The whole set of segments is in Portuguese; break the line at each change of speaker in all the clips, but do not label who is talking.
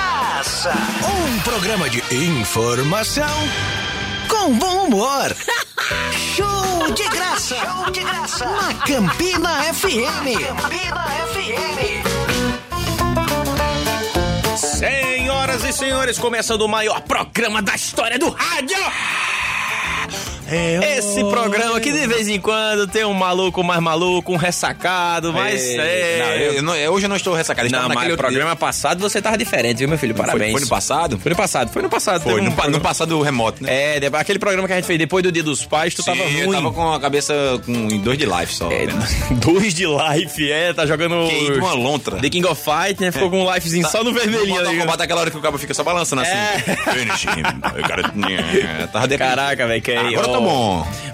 Conversa, um programa de informação com bom humor. Show de graça, show de graça na Campina FM. Campina FM.
Senhoras e senhores, começando o maior programa da história do rádio. Esse
É,
programa que de vez em quando tem um maluco mais maluco, um ressacado, mas é.
Não, eu- eu não- eu- hoje eu não estou ressacado.
Não,
estava
mas
naquele
o
outro
programa passado você tava diferente, viu, meu filho?
dia. Foi-
Parabéns.
Foi, no passado?
Foi no passado, foi no passado.
Foi,
teve um
no, pa- no
programa-
passado remoto, né?
É, de- aquele programa que a gente fez depois do Dia dos Pais, tu
Sim,
tava ruim.
eu tava com a cabeça com em dois de life só.
É,
apenas.
dois de life, é, tá jogando.
Que aí, de uma É. Tá- lontra.
The King of Fight, né? Ficou com um lifezinho só no vermelhinho
Mortal
ali. né?
Kombat é aquela hora que o cabo fica só balançando assim.
É.
Finish him. Eu quero- É, Tava de-
Caraca, velho, que é
Agora tá
ó.
bom.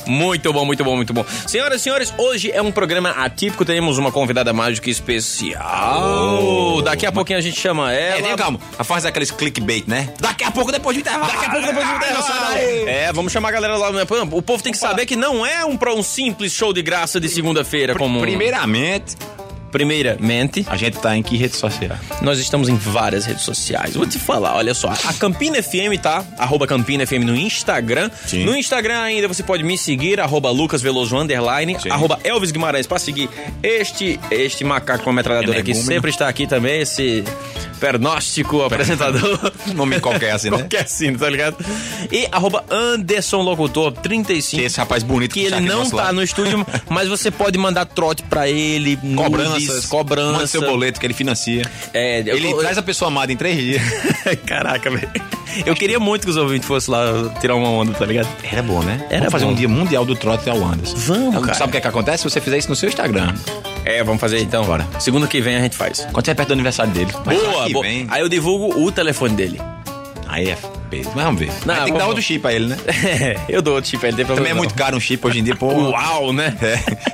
Muito bom, muito bom, muito bom. Senhoras e senhores, hoje é um programa atípico, temos uma convidada mágica especial. Daqui a pouquinho a gente chama
É,
ela.
nem calma. A fase daqueles clickbait, né? Daqui a pouco depois do intervalo.
Daqui a pouco depois do intervalo. É, vamos chamar a galera lá. né? O povo tem que saber que não é um, pro- um simples show de graça de segunda-feira comum.
um. Primeiramente,
Primeiramente,
a gente tá em que rede social?
Nós estamos em várias redes sociais. Vou te falar, olha só. A Campina FM, tá? Arroba Campina FM no Instagram.
Sim.
No Instagram ainda você pode me seguir, arroba Lucas Veloso Underline,
Sim.
arroba Elvis Guimarães, pra seguir este, este macaco com a metralhadora que
Energúmeno.
sempre está aqui também, esse pernóstico apresentador.
Nome qualquer assim, né?
Qualquer assim, tá ligado? E arroba Anderson Locutor 35.
Que esse rapaz bonito
Que ele
aqui do
não
nosso
tá
lado.
no estúdio, mas você pode mandar trote pra ele,
Cobranças.
nudes, cobrança.
Manda seu boleto que ele financia.
É, eu
Ele
tô-
traz a pessoa amada em três dias.
Caraca, velho. Eu queria muito que os ouvintes fossem lá tirar uma onda, tá ligado?
Era bom, né?
Era
Vamos fazer
bom.
um dia mundial do trote ao Anderson.
Vamos,
Então,
cara.
Sabe o que, é que acontece se você fizer isso no seu Instagram?
É, vamos fazer então.
Bora.
Segunda que vem a gente faz.
Quando você é perto do aniversário dele. Mas só
boa,
que
boa.
vem.
Aí eu divulgo o telefone dele.
Aí é peso. Mas vamos ver.
Não,
Aí tem que
vamos-
dar outro chip a ele, né?
eu dou outro chip LD pra
Também é
você.
muito caro um chip hoje em dia, pô.
Uau, né?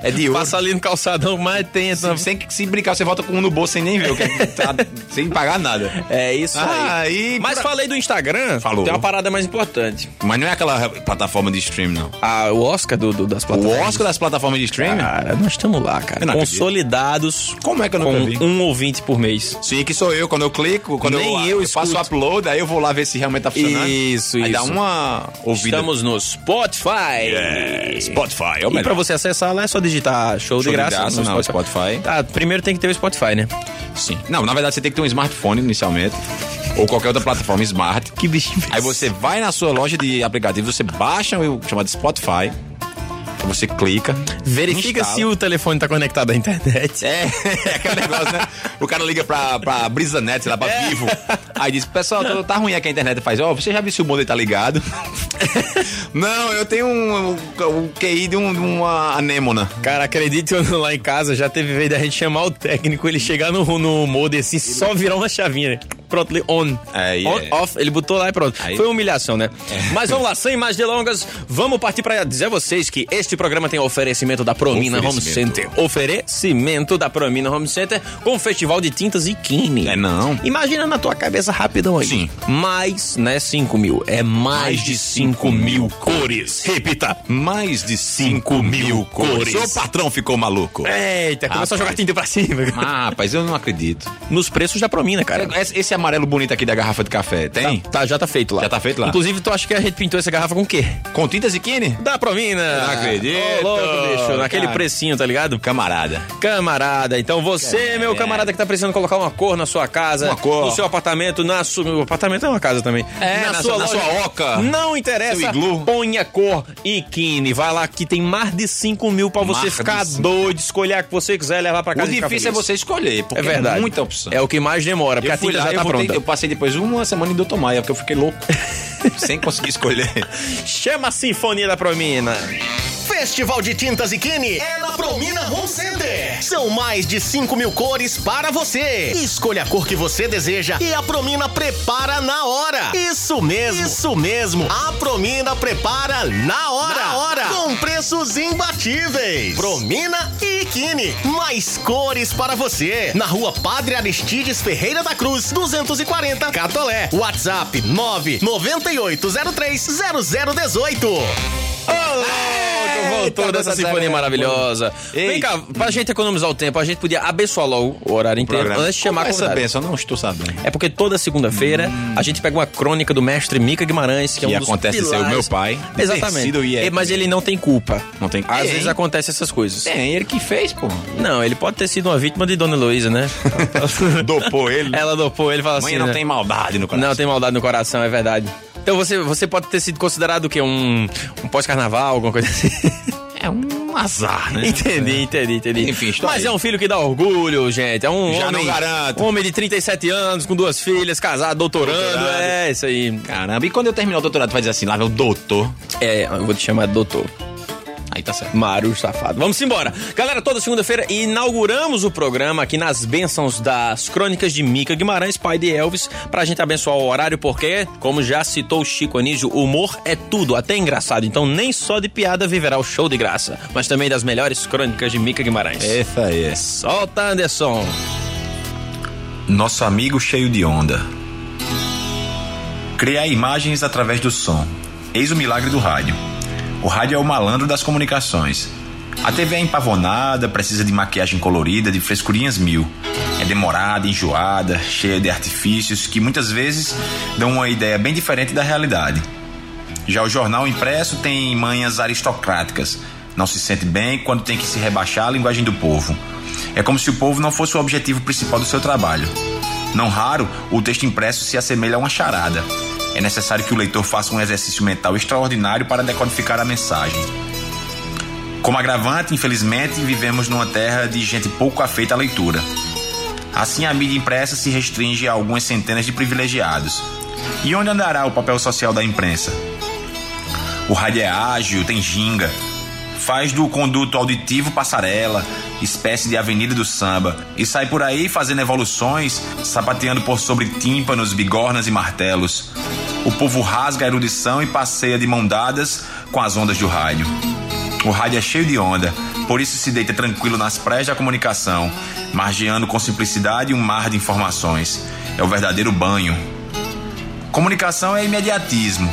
É, é de ouro.
Passa ali no calçadão, mas tem essa...
Se, sem que- se brincar, você volta com um no bolso sem nem ver, o que é- tá- sem pagar nada.
É isso
Ah,
aí.
e
Mas
pra-
falei do Instagram.
Falou.
Tem uma parada mais importante.
Mas não é aquela plataforma de stream, não.
Ah, o Oscar do, do- das
O
plataformas.
Oscar das plataformas de stream?
Cara, nós estamos lá, cara.
Eu não acredito.
Consolidados
Como é que eu nunca
com
vi?
um ouvinte por mês.
Sim, que sou eu. Quando eu clico, quando
Nem eu
eu, faço o
escuto.
upload, aí eu vou lá ver se realmente tá funcionando.
Isso, né?
aí dá
isso.
uma ouvida.
Estamos no Spotify.
É,
E
Spotify, é o
pra
melhor.
você acessar lá é só digitar show, de
de
graça.
graça, não, Spotify.
Tá, primeiro tem que ter o Spotify, né?
Sim. Não, na verdade você tem que ter um smartphone inicialmente, ou qualquer outra plataforma smart.
Que bichinho.
Aí você vai na sua loja de aplicativos, você baixa o chamado Spotify, aí você clica.
verifica
instala.
se o telefone tá conectado à internet.
É, é aquele negócio, né? O cara liga pra, pra Brisa Net, sei lá, pra
É.
Vivo. Aí diz, pessoal, tá, tá ruim aqui a internet. Faz, ó, você já viu se o modem tá ligado? Não, eu tenho um, um, um QI de, um- de uma anêmona.
Cara, acredite ou não, lá em casa já teve vez da gente chamar o técnico, ele chegar no, no modem assim, só virar uma chavinha, né? Pronto, ele on.
Aí
on,
é.
off, ele botou lá e pronto.
Aí- É.
Foi uma humilhação, né? Mas vamos lá, sem mais delongas, vamos partir pra dizer a vocês que este programa tem oferecimento da Promina Home
Oferecimento.
Center. Oferecimento da Promina Home Center com o Festival de Tintas e Kine.
É, não.
Imagina na tua cabeça rapidão aí.
Sim.
Mais, né, 5 mil. É mais, de 5 mil cores. Repita.
Mais de 5 mil cores. O patrão ficou maluco.
É. Eita, começou a
Rapaz.
jogar tinta pra cima.
Ah, rapaz, eu não acredito.
Nos preços da Promina, cara.
Esse, esse amarelo bonito aqui da garrafa de café, tem?
Tá, tá, já tá feito lá.
Já tá feito lá.
Inclusive, tu acha que a gente pintou essa garrafa com o quê?
Com tintas né? e quine?
Da Promina!
Não acredito,
Ô, louco, bicho. Naquele
cara.
precinho, tá ligado?
Camarada.
Camarada, então você, meu camarada que tá precisando colocar uma cor na sua casa,
Uma cor.
no seu apartamento, na sua. O apartamento é uma casa também.
É, na sua- na sua oca.
Não
Seu
interessa.
iglu.
Ponha cor e Kine. Vai lá que tem mais de 5 mil pra você
Mais de
ficar
cinco.
doido, escolher a que você quiser levar pra
O
casa. e ficar
difícil é
feliz.
você escolher, porque
É verdade.
é muita opção.
É o que mais demora, porque a
Eu fui
tinta
lá,
já tá
eu, voltei-
pronta.
eu passei depois uma semana em Doutor Maia, porque eu fiquei louco. sem conseguir escolher.
Chama a Sinfonia da Promina.
Festival de Tintas e Kine é na Promina Home Center. São mais de 5 mil cores para você. Escolha a cor que você deseja e a Promina prepara na hora. Isso mesmo, isso mesmo. A Promina prepara na hora. Na hora. Com preços imbatíveis. Promina e Kine. Mais cores para você. Na rua Padre Aristides Ferreira da Cruz, 240 Catolé. WhatsApp 998030018.
Ô, louco, É, Então voltou
Eita,
dessa
gota
sinfonia
d'água.
maravilhosa. Vem
Eita.
cá, pra gente economizar o tempo, a gente podia abençoar logo o horário inteiro
Programa.
antes de chamar a
Como é essa
convidada.
benção, Eu não estou sabendo.
É porque toda segunda-feira a gente pega uma crônica do mestre Mica Guimarães, que, é um
Hum. Que
dos
acontece ser o
pilares.
meu pai, ter
Exatamente.
sido e é
É, Mas ele não tem culpa.
Não tem É.
Às
Tem.
vezes acontecem essas coisas.
Tem, ele que fez, pô.
Não, ele pode ter sido uma vítima de Dona Heloísa, né?
Dopou ele.
Ela dopou, ele fala
Mãe
assim.
não
né?
tem maldade no coração.
Não, tem maldade no coração, é verdade. Então você, você pode ter sido considerado o quê? Um, um pós-carnaval, alguma coisa assim.
É um azar, né?
entendi, entendi, entendi.
Enfim, estou
Mas
aí.
é um filho que dá orgulho, gente. É um
Já não
homem,
garanto.
homem de 37 anos, com duas filhas, casado, doutorando.
Doutorado.
É, isso aí.
Caramba, e quando eu terminar o doutorado, tu vai dizer assim, lá vem o doutor.
É, eu vou te chamar de doutor.
Aí tá certo.
Mário Safado. Vamos embora. Galera, toda segunda-feira inauguramos o programa aqui nas bênçãos das crônicas de Mica Guimarães, pai de Elvis, pra gente abençoar o horário, porque, como já citou o Chico Anísio, humor é tudo, até engraçado. Então nem só de piada viverá o show de graça, mas também das melhores crônicas de Mica Guimarães.
Essa aí.
Solta, Anderson.
Nosso amigo cheio de onda. Criar imagens através do som. Eis o milagre do rádio. O rádio é o malandro das comunicações. A TV é empavonada, precisa de maquiagem colorida, de frescurinhas mil. É demorada, enjoada, cheia de artifícios que muitas vezes dão uma ideia bem diferente da realidade. Já o jornal impresso tem manhas aristocráticas. Não se sente bem quando tem que se rebaixar à linguagem do povo. É como se o povo não fosse o objetivo principal do seu trabalho. Não raro, o texto impresso se assemelha a uma charada. É necessário que o leitor faça um exercício mental extraordinário para decodificar a mensagem. Como agravante, infelizmente, vivemos numa terra de gente pouco afeita à leitura. Assim, a mídia impressa se restringe a algumas centenas de privilegiados. E onde andará o papel social da imprensa? O rádio é ágil, tem ginga. Faz do conduto auditivo passarela, espécie de avenida do samba, e sai por aí fazendo evoluções, sapateando por sobre tímpanos, bigornas e martelos. O povo rasga a erudição e passeia de mão dadas com as ondas do rádio. O rádio é cheio de onda, por isso se deita tranquilo nas praias da comunicação, margeando com simplicidade um mar de informações. É o verdadeiro banho, Comunicação é imediatismo.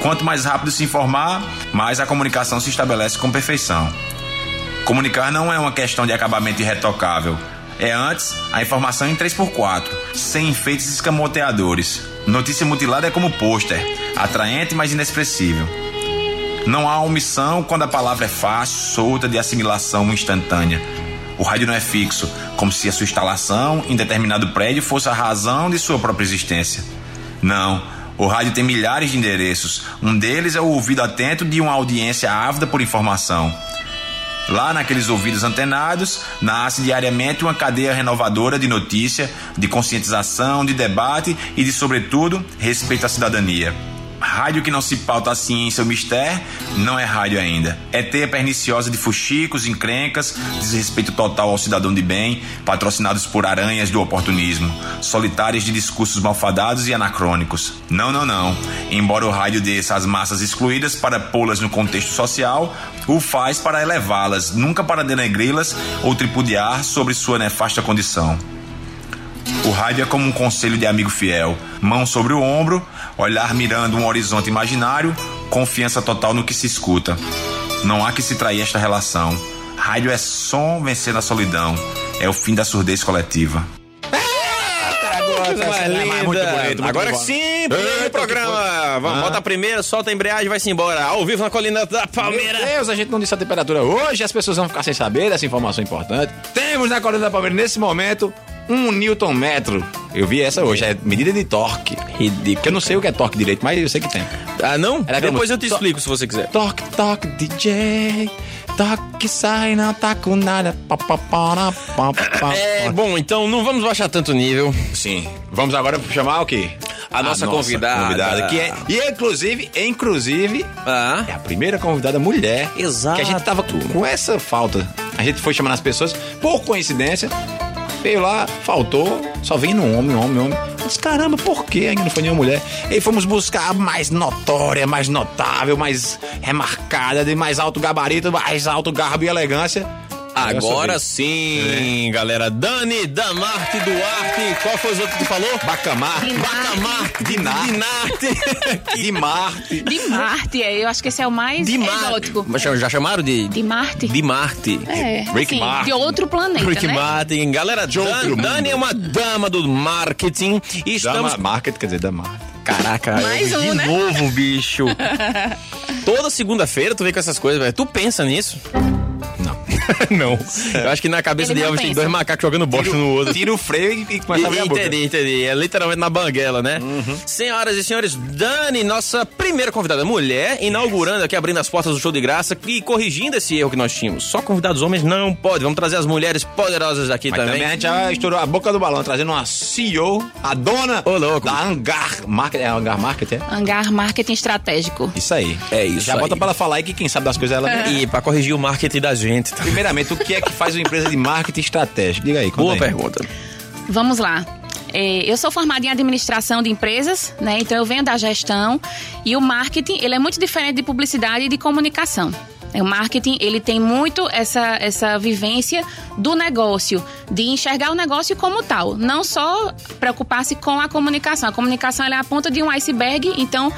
Quanto mais rápido se informar, mais a comunicação se estabelece com perfeição. Comunicar não é uma questão de acabamento irretocável. É antes a informação em 3x4, sem enfeites escamoteadores. Notícia mutilada é como pôster, atraente, mas inexpressível. Não há omissão quando a palavra é fácil, solta de assimilação instantânea. O rádio não é fixo, como se a sua instalação em determinado prédio fosse a razão de sua própria existência. Não, o rádio tem milhares de endereços. Um deles é o ouvido atento de uma audiência ávida por informação. Lá naqueles ouvidos antenados, nasce diariamente uma cadeia renovadora de notícia, de conscientização, de debate e de, sobretudo, respeito à cidadania. Rádio que não se pauta a ciência ou mistério não é rádio ainda. É teia perniciosa de fuxicos, encrencas, desrespeito total ao cidadão de bem, patrocinados por aranhas do oportunismo, solitárias de discursos malfadados e anacrônicos. Não, não, não. Embora o rádio dê essas massas excluídas para pô-las no contexto social, o faz para elevá-las, nunca para denegri-las ou tripudiar sobre sua nefasta condição. O rádio é como um conselho de amigo fiel. Mão sobre o ombro, olhar mirando um horizonte imaginário, confiança total no que se escuta. Não há que se trair esta relação. Rádio é som vencendo a solidão. É o fim da surdez coletiva.
É,
Coisa tá mais linda. Agora
que Ah.
sim, primeiro programa. Vamos, bota a primeira, solta a embreagem e vai-se embora. Ao vivo na colina da Palmeira.
Meu Deus, a gente não disse a temperatura hoje, as pessoas vão ficar sem saber dessa informação importante. Temos na Colina da Palmeira, nesse momento, um Newton metro. Eu vi essa hoje, é medida de torque.
Ridículo,
Que eu não sei o que é torque direito, mas eu sei que tem.
Ah, não?
Era aquela
Depois eu te
música.
explico se você quiser.
Toque, toque, DJ. Toque, que sai, não tá com nada. Pa, pa, pa, na, pa, pa,
É,
pa.
bom, então não vamos baixar tanto nível.
Sim. Vamos agora chamar o quê?
A nossa convidada.
que é, e inclusive, inclusive,
Ah.
É a primeira convidada mulher.
Exato.
Que a gente tava com essa falta. A gente foi chamando as pessoas, por coincidência, veio lá, faltou, só vindo um homem, homem, homem. Eu Disse, caramba, por que ainda não foi nenhuma mulher? E fomos buscar a mais notória, mais notável, mais remarcada, de mais alto gabarito, mais alto garbo e elegância.
Ah, Agora
É.
sim, galera. Dani, Damarte, Duarte. Qual foi os outros que tu falou?
Bacamar.
Bacamar,
Dinarte.
Dinarte.
De Marte.
De Marte, é. Eu acho que esse é o mais
Dimarte.
exótico.
Mas Já já chamaram de
De Marte?
Dimarte?
tipo. É,
Rick
assim,
Martin.
de outro planeta,
Rick
né?
Martin. Galera, Dan,
outro
Dani é uma dama do marketing e estamos
Dama Market, quer dizer, da Marte.
Caraca,
Mais
eu-
um,
de
né?
novo, bicho. Toda segunda-feira tu vem com essas coisas, velho. Tu pensa nisso? Não. não.
É.
Eu acho que na cabeça de
Ele não
Elvis tem
pensa.
dois macacos jogando bosta um no outro.
Tira o freio e, e começa a abrir a boca.
Entendi, entendi. É literalmente na banguela, né?
Uhum.
Senhoras e senhores, Dani, nossa primeira convidada mulher, inaugurando aqui, abrindo as portas do show de graça e corrigindo esse erro que nós tínhamos. Só convidados homens não pode. Vamos trazer as mulheres poderosas aqui
Mas também é. a gente já estourou a boca do balão, trazendo uma CEO, a dona
Ô, louco.
da Hangar Market. É Hangar Market, é?
Hangar Marketing Estratégico.
Isso aí.
É isso
Já
aí.
bota pra ela falar aí que quem sabe das coisas
É.
ela...
E pra corrigir o marketing da gente. Tá?
Primeiramente, o que é que faz uma empresa de marketing estratégico? Diga aí, conta
Boa
aí.
pergunta.
Vamos lá. É, eu sou formada em administração de empresas, né? Então eu venho da gestão e o marketing ele é muito diferente de publicidade e de comunicação. É, O marketing ele tem muito essa, essa vivência do negócio, de enxergar o negócio como tal, não só preocupar-se com a comunicação. A comunicação ela é a ponta de um iceberg, então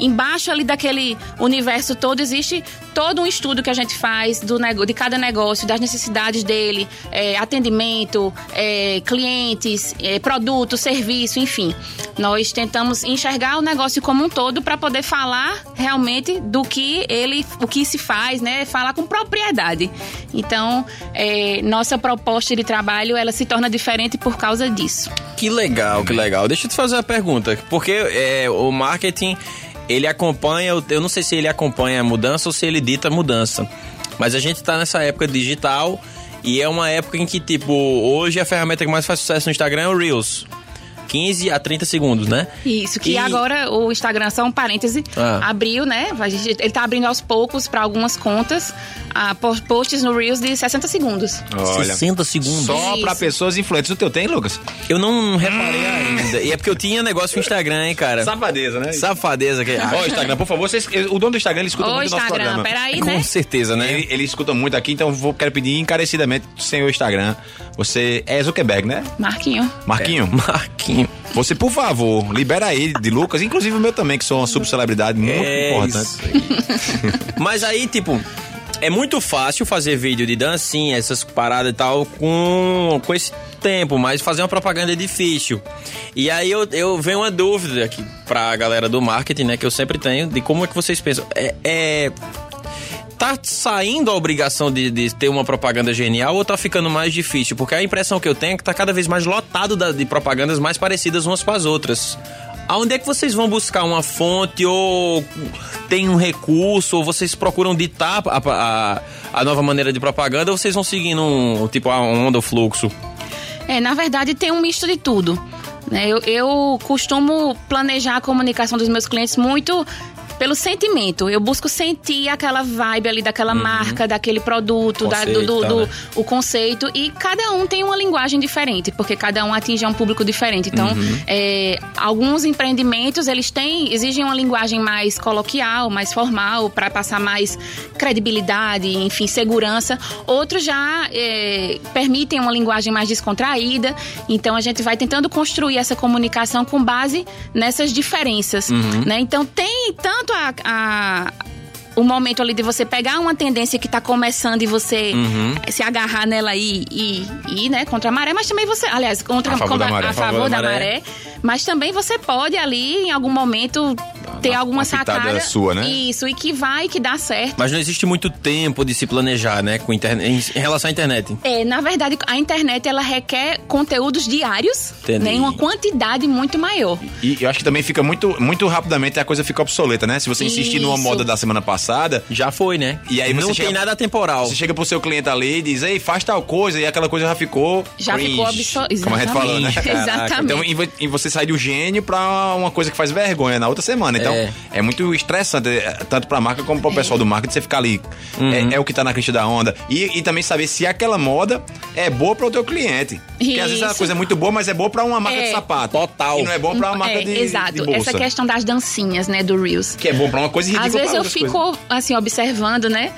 embaixo ali daquele universo todo existe todo um estudo que a gente faz do nego- de cada negócio, das necessidades dele, é, atendimento, é, clientes, é, produto, serviço, enfim. Nós tentamos enxergar o negócio como um todo para poder falar realmente do que ele, o que se faz, né? Falar com propriedade. Então, é, nossa proposta de trabalho ela se torna diferente por causa disso.
Que legal, que legal. Deixa eu te fazer uma pergunta, porque é, o marketing, ele acompanha, o- eu não sei se ele acompanha a mudança ou se ele dita a mudança, mas a gente tá nessa época digital e é uma época em que, tipo, hoje a ferramenta que mais faz sucesso no Instagram é o Reels. 15 a 30 segundos, né?
Isso, que
E-
agora o Instagram, só um parêntese,
Ah.
abriu, né? A gente- ele tá abrindo aos poucos para algumas contas ah, po- posts no Reels de 60 segundos.
Olha,
60 segundos.
só pra
Isso.
pessoas influentes. O teu tem, Lucas?
Eu não reparei ainda. E é porque eu tinha negócio com o Instagram, hein, cara?
Safadeza, né?
Safadeza que.
Ó, Instagram, por favor, vocês, o dono do Instagram ele escuta
Ô,
muito o nosso
Instagram,
programa.
peraí, né?
Com certeza, né?
Ele, ele escuta muito aqui, então vou, quero pedir encarecidamente, senhor Instagram, você é Zuckerberg, né?
Marquinho.
Marquinho,
Marquinho.
você, por favor, libera aí de Lucas, inclusive o meu também, que sou uma subcelebridade muito
É
importante.
isso aí. Mas aí, tipo, é muito fácil fazer vídeo de dancinha, essas paradas e tal, com, com esse tempo, mas fazer uma propaganda é difícil. E aí eu, eu venho uma dúvida aqui pra galera do marketing, né, que eu sempre tenho, de como é que vocês pensam. É. é- Tá saindo a obrigação de, de ter uma propaganda genial ou tá ficando mais difícil? Porque a impressão que eu tenho é que tá cada vez mais lotado da- de propagandas mais parecidas umas com as outras. Aonde é que vocês vão buscar uma fonte ou tem um recurso ou vocês procuram ditar a, a- a nova maneira de propaganda ou vocês vão seguindo um, tipo a onda, o fluxo?
É, na verdade, tem um misto de tudo. né? Eu, eu costumo planejar a comunicação dos meus clientes muito pelo sentimento. Eu busco sentir aquela vibe ali daquela marca, daquele produto, da- do,
Conceito,
do- do-
né?
o conceito. E cada um tem uma linguagem diferente, porque cada um atinge a um público diferente. Então, é, alguns empreendimentos, eles têm, exigem uma linguagem mais coloquial, mais formal, para passar mais credibilidade, enfim, segurança. Outros já é, permitem uma linguagem mais descontraída. Então, a gente vai tentando construir essa comunicação com base nessas diferenças. né? Então, tem tanto a- a o momento ali de você pegar uma tendência que tá começando e você eh, se agarrar nela e, e, e, né, contra a maré, mas também você, aliás, contra
A favor
contra-
da maré,
a favor da maré, mas também você pode ali em algum momento ter
uma
alguma
pitada
sacada
sua, né?
Isso, e que vai que dá certo.
Mas não existe muito tempo de se planejar, né, com interne- em, em relação à internet.
É, na verdade, a internet ela requer conteúdos diários,
Entendi.
né, uma quantidade muito maior.
E eu acho que também fica muito, muito rapidamente a coisa fica obsoleta, né? Se você insistir numa
Isso.
moda da semana passada,
Já foi, né?
E aí você
não
chega-
tem nada temporal.
você chega pro seu cliente ali e diz, ei, faz tal coisa, e aquela coisa já ficou.
Já
cringe,
ficou absorvido.
Como a gente falou, né?
Exatamente.
Então, e vo- e você sai do gênio pra uma coisa que faz vergonha na outra semana. Então,
É.
é, muito estressante, é, tanto pra marca como pro pessoal do marketing, você ficar ali.
Uhum.
É, é o que tá na crista da onda. E, e também saber se aquela moda é boa pro teu cliente. Porque às vezes é uma
Isso.
coisa muito boa, mas é boa pra uma marca
É.
de sapato.
Total.
E não é bom pra uma marca
É,
de,
exato.
de bolsa.
Essa questão das dancinhas, né, do Reels.
Que é bom pra uma coisa e ridícula
Às vezes
pra
eu
outras
fico, assim, observando, né?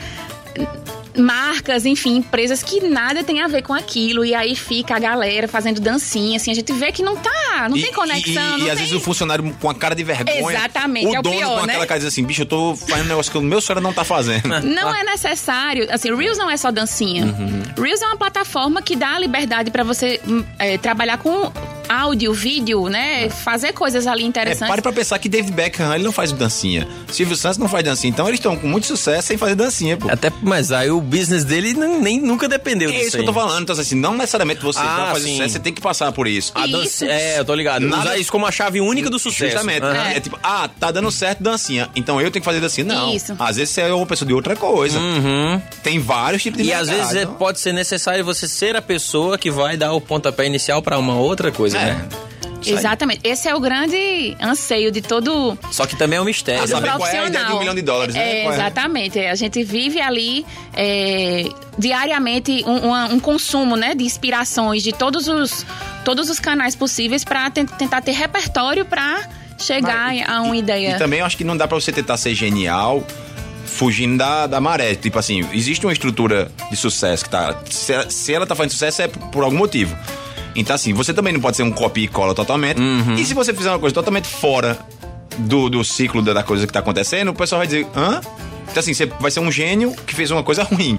marcas, enfim, empresas que nada tem a ver com aquilo. E aí fica a galera fazendo dancinha, assim, a gente vê que não tá, não
E-
tem conexão.
E, e-
não
e às
tem...
vezes o funcionário com a cara de vergonha.
Exatamente,
O
é o
dono
pior,
com
né?
aquela cara diz assim, bicho, eu tô fazendo um negócio que o meu senhor não tá fazendo.
Não é necessário. Assim, Reels não é só dancinha.
Uhum.
Reels é uma plataforma que dá a liberdade pra você hum, é, trabalhar com áudio, vídeo, né? Fazer coisas ali
É,
interessantes.
pare pra pensar que David Beckham ele não faz dancinha. Silvio Santos não faz dancinha. Então eles estão com muito sucesso sem fazer dancinha, pô.
Até, mas aí o business dele nem, nem- nunca dependeu
É
disso.
isso que eu tô
aí.
falando. Então, assim, não necessariamente você
Ah,
pra fazer
sim.
sucesso, você tem que passar por isso.
A
E
dança-
isso-
É, eu tô ligado.
Nada-
Usar isso como a chave única do sucesso.
Justamente.
Aham.
É. tipo, ah, tá dando certo dancinha. Então eu tenho que fazer dancinha. Não.
Isso.
Às vezes você é uma pessoa de outra coisa. Tem vários tipos de
Uhum. E às
mercado.
vezes é- pode ser necessário você ser a pessoa que vai dar o pontapé inicial pra uma outra coisa,
É.
né?
Exatamente. Esse é o grande anseio de todo
Só que também é um mistério.
Ah, sabe?
né?
qual é a ideia de um
profissional.
milhão de dólares, né?
É,
Qual é?
exatamente. É, A gente vive ali é, diariamente um, uma- um consumo né, de inspirações de todos os, todos os canais possíveis para tentar ter repertório para chegar a uma ideia.
E também eu acho que não dá pra você tentar ser genial fugindo da, da maré. Tipo assim, existe uma estrutura de sucesso que tá. Se ela, se ela tá fazendo sucesso é por algum motivo. Então, assim, você também não pode ser um copia e cola totalmente. E se você fizer uma coisa totalmente fora do, do ciclo da, da coisa que tá acontecendo, o pessoal vai dizer, hã? Então, assim, você vai ser um gênio que fez uma coisa ruim.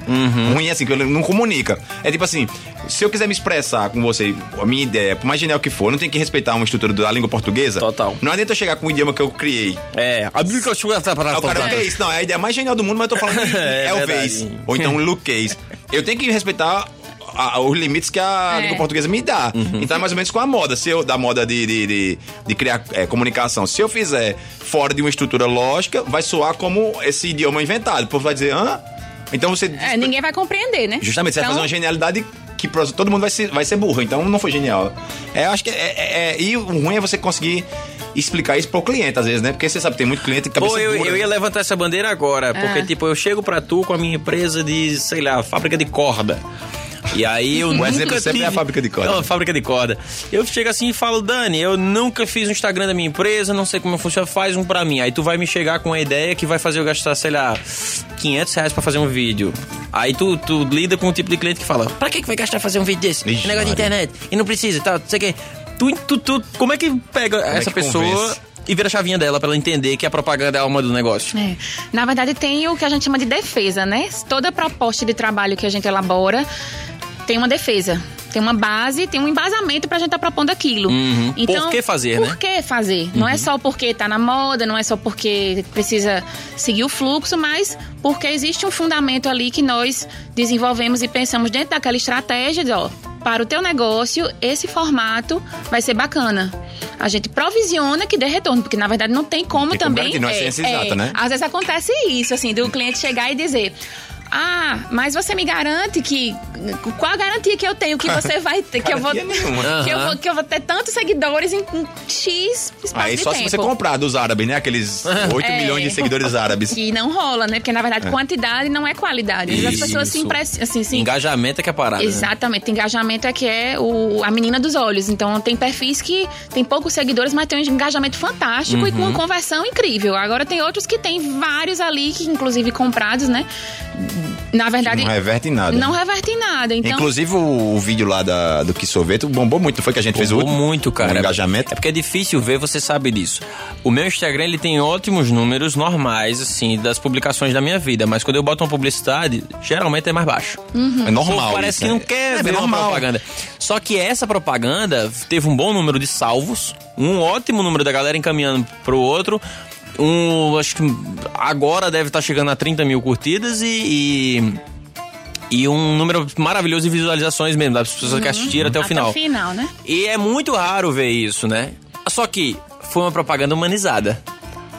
Ruim, assim, que ele não comunica. É tipo assim, se eu quiser me expressar com você, a minha ideia, por mais genial que for, eu não tem que respeitar uma estrutura da língua portuguesa.
Total.
Não adianta eu chegar com o idioma que eu criei,
É, a Bíblia que eu chego até pra
Aí o cara, o que é isso? Não, é a ideia mais genial do mundo, mas eu tô falando
É
é, o
verdade.
vez. Ou então Luke Case. Eu tenho que respeitar a- os limites que a
É.
língua portuguesa me dá.
Uhum.
Então é mais ou menos com a moda. Se eu, da moda de, de, de- de criar é, comunicação, se eu fizer fora de uma estrutura lógica, vai soar como esse idioma inventado. O povo vai dizer, hã? Então você.
É, ninguém vai compreender, né?
Justamente, você vai fazer uma genialidade que pro- todo mundo vai ser, vai ser burro, então não foi genial. É, eu acho que é, é- é- E o ruim é você conseguir explicar isso pro cliente, às vezes, né? Porque você sabe, tem muito cliente que
Pô,
cabeça
eu,
dura.
eu ia levantar essa bandeira agora, porque, tipo, eu chego pra tu com a minha empresa de, sei lá, fábrica de corda. E aí eu nunca
exemplo sempre
tive-
é a fábrica de corda.
É uma fábrica de corda. Eu chego assim e falo, Dani, eu nunca fiz o Instagram da minha empresa, não sei como funciona, faz um pra mim. Aí tu vai me chegar com uma ideia que vai fazer eu gastar, sei lá, 500 reais pra fazer um vídeo. Aí tu, tu lida com o tipo de cliente que fala, pra que que vai gastar fazer um vídeo desse?
Ixi,
Negócio de
Maria.
internet, e não precisa, tal, não sei o quê. Tu, tu, tu, como é que pega essa
que
pessoa
convence?
e vira a chavinha dela pra ela entender que a propaganda é a alma do negócio.
É. Na verdade, tem o que a gente chama de defesa, né? Toda proposta de trabalho que a gente elabora tem uma defesa. Tem uma base, tem um embasamento pra gente estar propondo aquilo.
Uhum.
Então,
Por que fazer,
por
né?
que fazer? Não é só porque tá na moda, não é só porque precisa seguir o fluxo, mas porque existe um fundamento ali que nós desenvolvemos e pensamos dentro daquela estratégia de, ó, para o teu negócio, esse formato vai ser bacana. A gente provisiona que dê retorno, porque na verdade não tem como
Tem como
também.
garantir, não é ciência exata, né?
Às vezes acontece isso, assim, do cliente chegar e dizer. Ah, mas você me garante que. Qual a garantia que eu tenho que você vai ter? Que eu vou,
Garantia nenhuma.
que eu vou, que eu vou ter tantos seguidores em, em X espaço
Aí
de
só
tempo.
se você comprar dos árabes, né? Aqueles 8
É.
milhões de seguidores árabes.
Que não rola, né? Porque na verdade quantidade não é qualidade. Às vezes As pessoas se
Isso.
impressionam. Assim, se-
Engajamento é que é a parada. né?
Exatamente, engajamento é que é o, a menina dos olhos. Então tem perfis que tem poucos seguidores, mas tem um engajamento fantástico e com
Uhum.
uma conversão incrível. Agora tem outros que tem vários ali, que inclusive comprados, né? Na verdade,
Não reverte em nada.
não reverte em nada. Então,
Inclusive o, o vídeo lá da, do que sorveto bombou muito. Não foi que a gente fez o
Bombou
último?
muito, cara.
Um engajamento.
É porque é difícil ver, você sabe disso. O meu Instagram, ele tem ótimos números normais, assim, das publicações da minha vida. Mas quando eu boto uma publicidade, geralmente é mais baixo.
Uhum.
É normal.
Pô, parece
isso,
que
né?
não quer
é,
ver
é
uma
normal.
propaganda. Só que essa propaganda teve um bom número de salvos, um ótimo número da galera encaminhando pro outro. Um, acho que agora deve estar chegando a 30 mil curtidas e. e e um número maravilhoso de visualizações mesmo, das pessoas que assistiram Uhum. até o
até
final.
o final, né?
E é muito raro ver isso, né? Só que foi uma propaganda humanizada.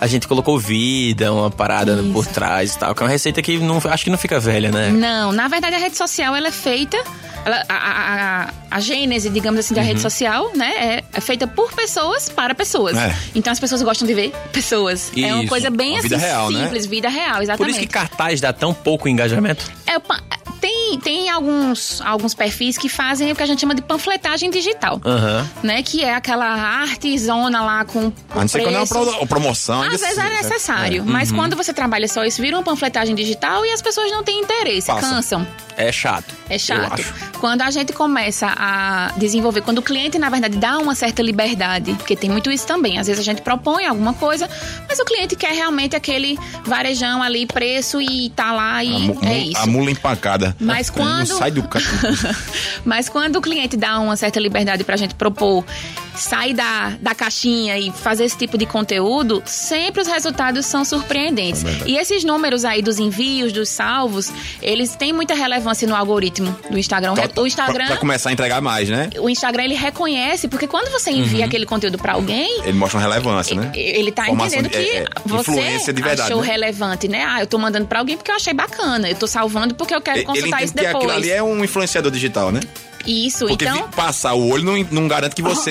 A gente colocou vida, uma parada
Isso.
por trás e tal, que é uma receita que não, acho que não fica velha,
É.
né?
Não, na verdade a rede social ela é feita. ela- a, a- a- a gênese, digamos assim, da
Uhum.
rede social, né? É, é feita por pessoas para pessoas.
É.
Então as pessoas gostam de ver pessoas. É uma
Isso,
coisa bem
uma
assim,
vida real, né?
simples, vida real, exatamente.
Por isso que cartaz dá tão pouco engajamento.
É, pa- tem tem, tem alguns, alguns perfis que fazem o que a gente chama de panfletagem digital.
Ah.
Aham.
Né? Que é aquela arte zona lá com.
A não ser quando é uma
preços.
pro- promoção. ainda
Às vezes
assim,
é
né?
necessário, mas quando você trabalha só isso, vira uma panfletagem digital e as pessoas não têm interesse,
Passa.
cansam.
É chato.
É chato.
Eu acho.
Quando a gente começa a desenvolver, quando o cliente, na verdade, dá uma certa liberdade, porque tem muito isso também. Às vezes a gente propõe alguma coisa, mas o cliente quer realmente aquele varejão ali, preço e tá lá
A,
e
mu-
é
mu-
isso.
a mula empacada.
Mas
Ele não
quando-
sai do canto.
Mas quando o cliente dá uma certa liberdade pra gente propor, sair da, da caixinha e fazer esse tipo de conteúdo, sempre os resultados são
É
surpreendentes. e esses números aí dos envios, dos salvos, eles têm muita relevância no algoritmo do Instagram. É, O Instagram.
Pra, pra começar a entregar mais, né?
O Instagram ele reconhece, porque quando você envia
Uhum.
aquele conteúdo pra alguém,
Ele mostra uma relevância, né?
ele tá
Formação
entendendo que
de- é, é,
você
influência de verdade,
achou
né?
relevante, né? Ah, eu tô mandando pra alguém porque eu achei bacana. Eu tô salvando porque eu quero
Ele
consultar
entende
isso
que aquilo
é, depois.
ali é um influenciador digital, né?
Isso,
Porque
então.
vi- passar o olho não, não garante que você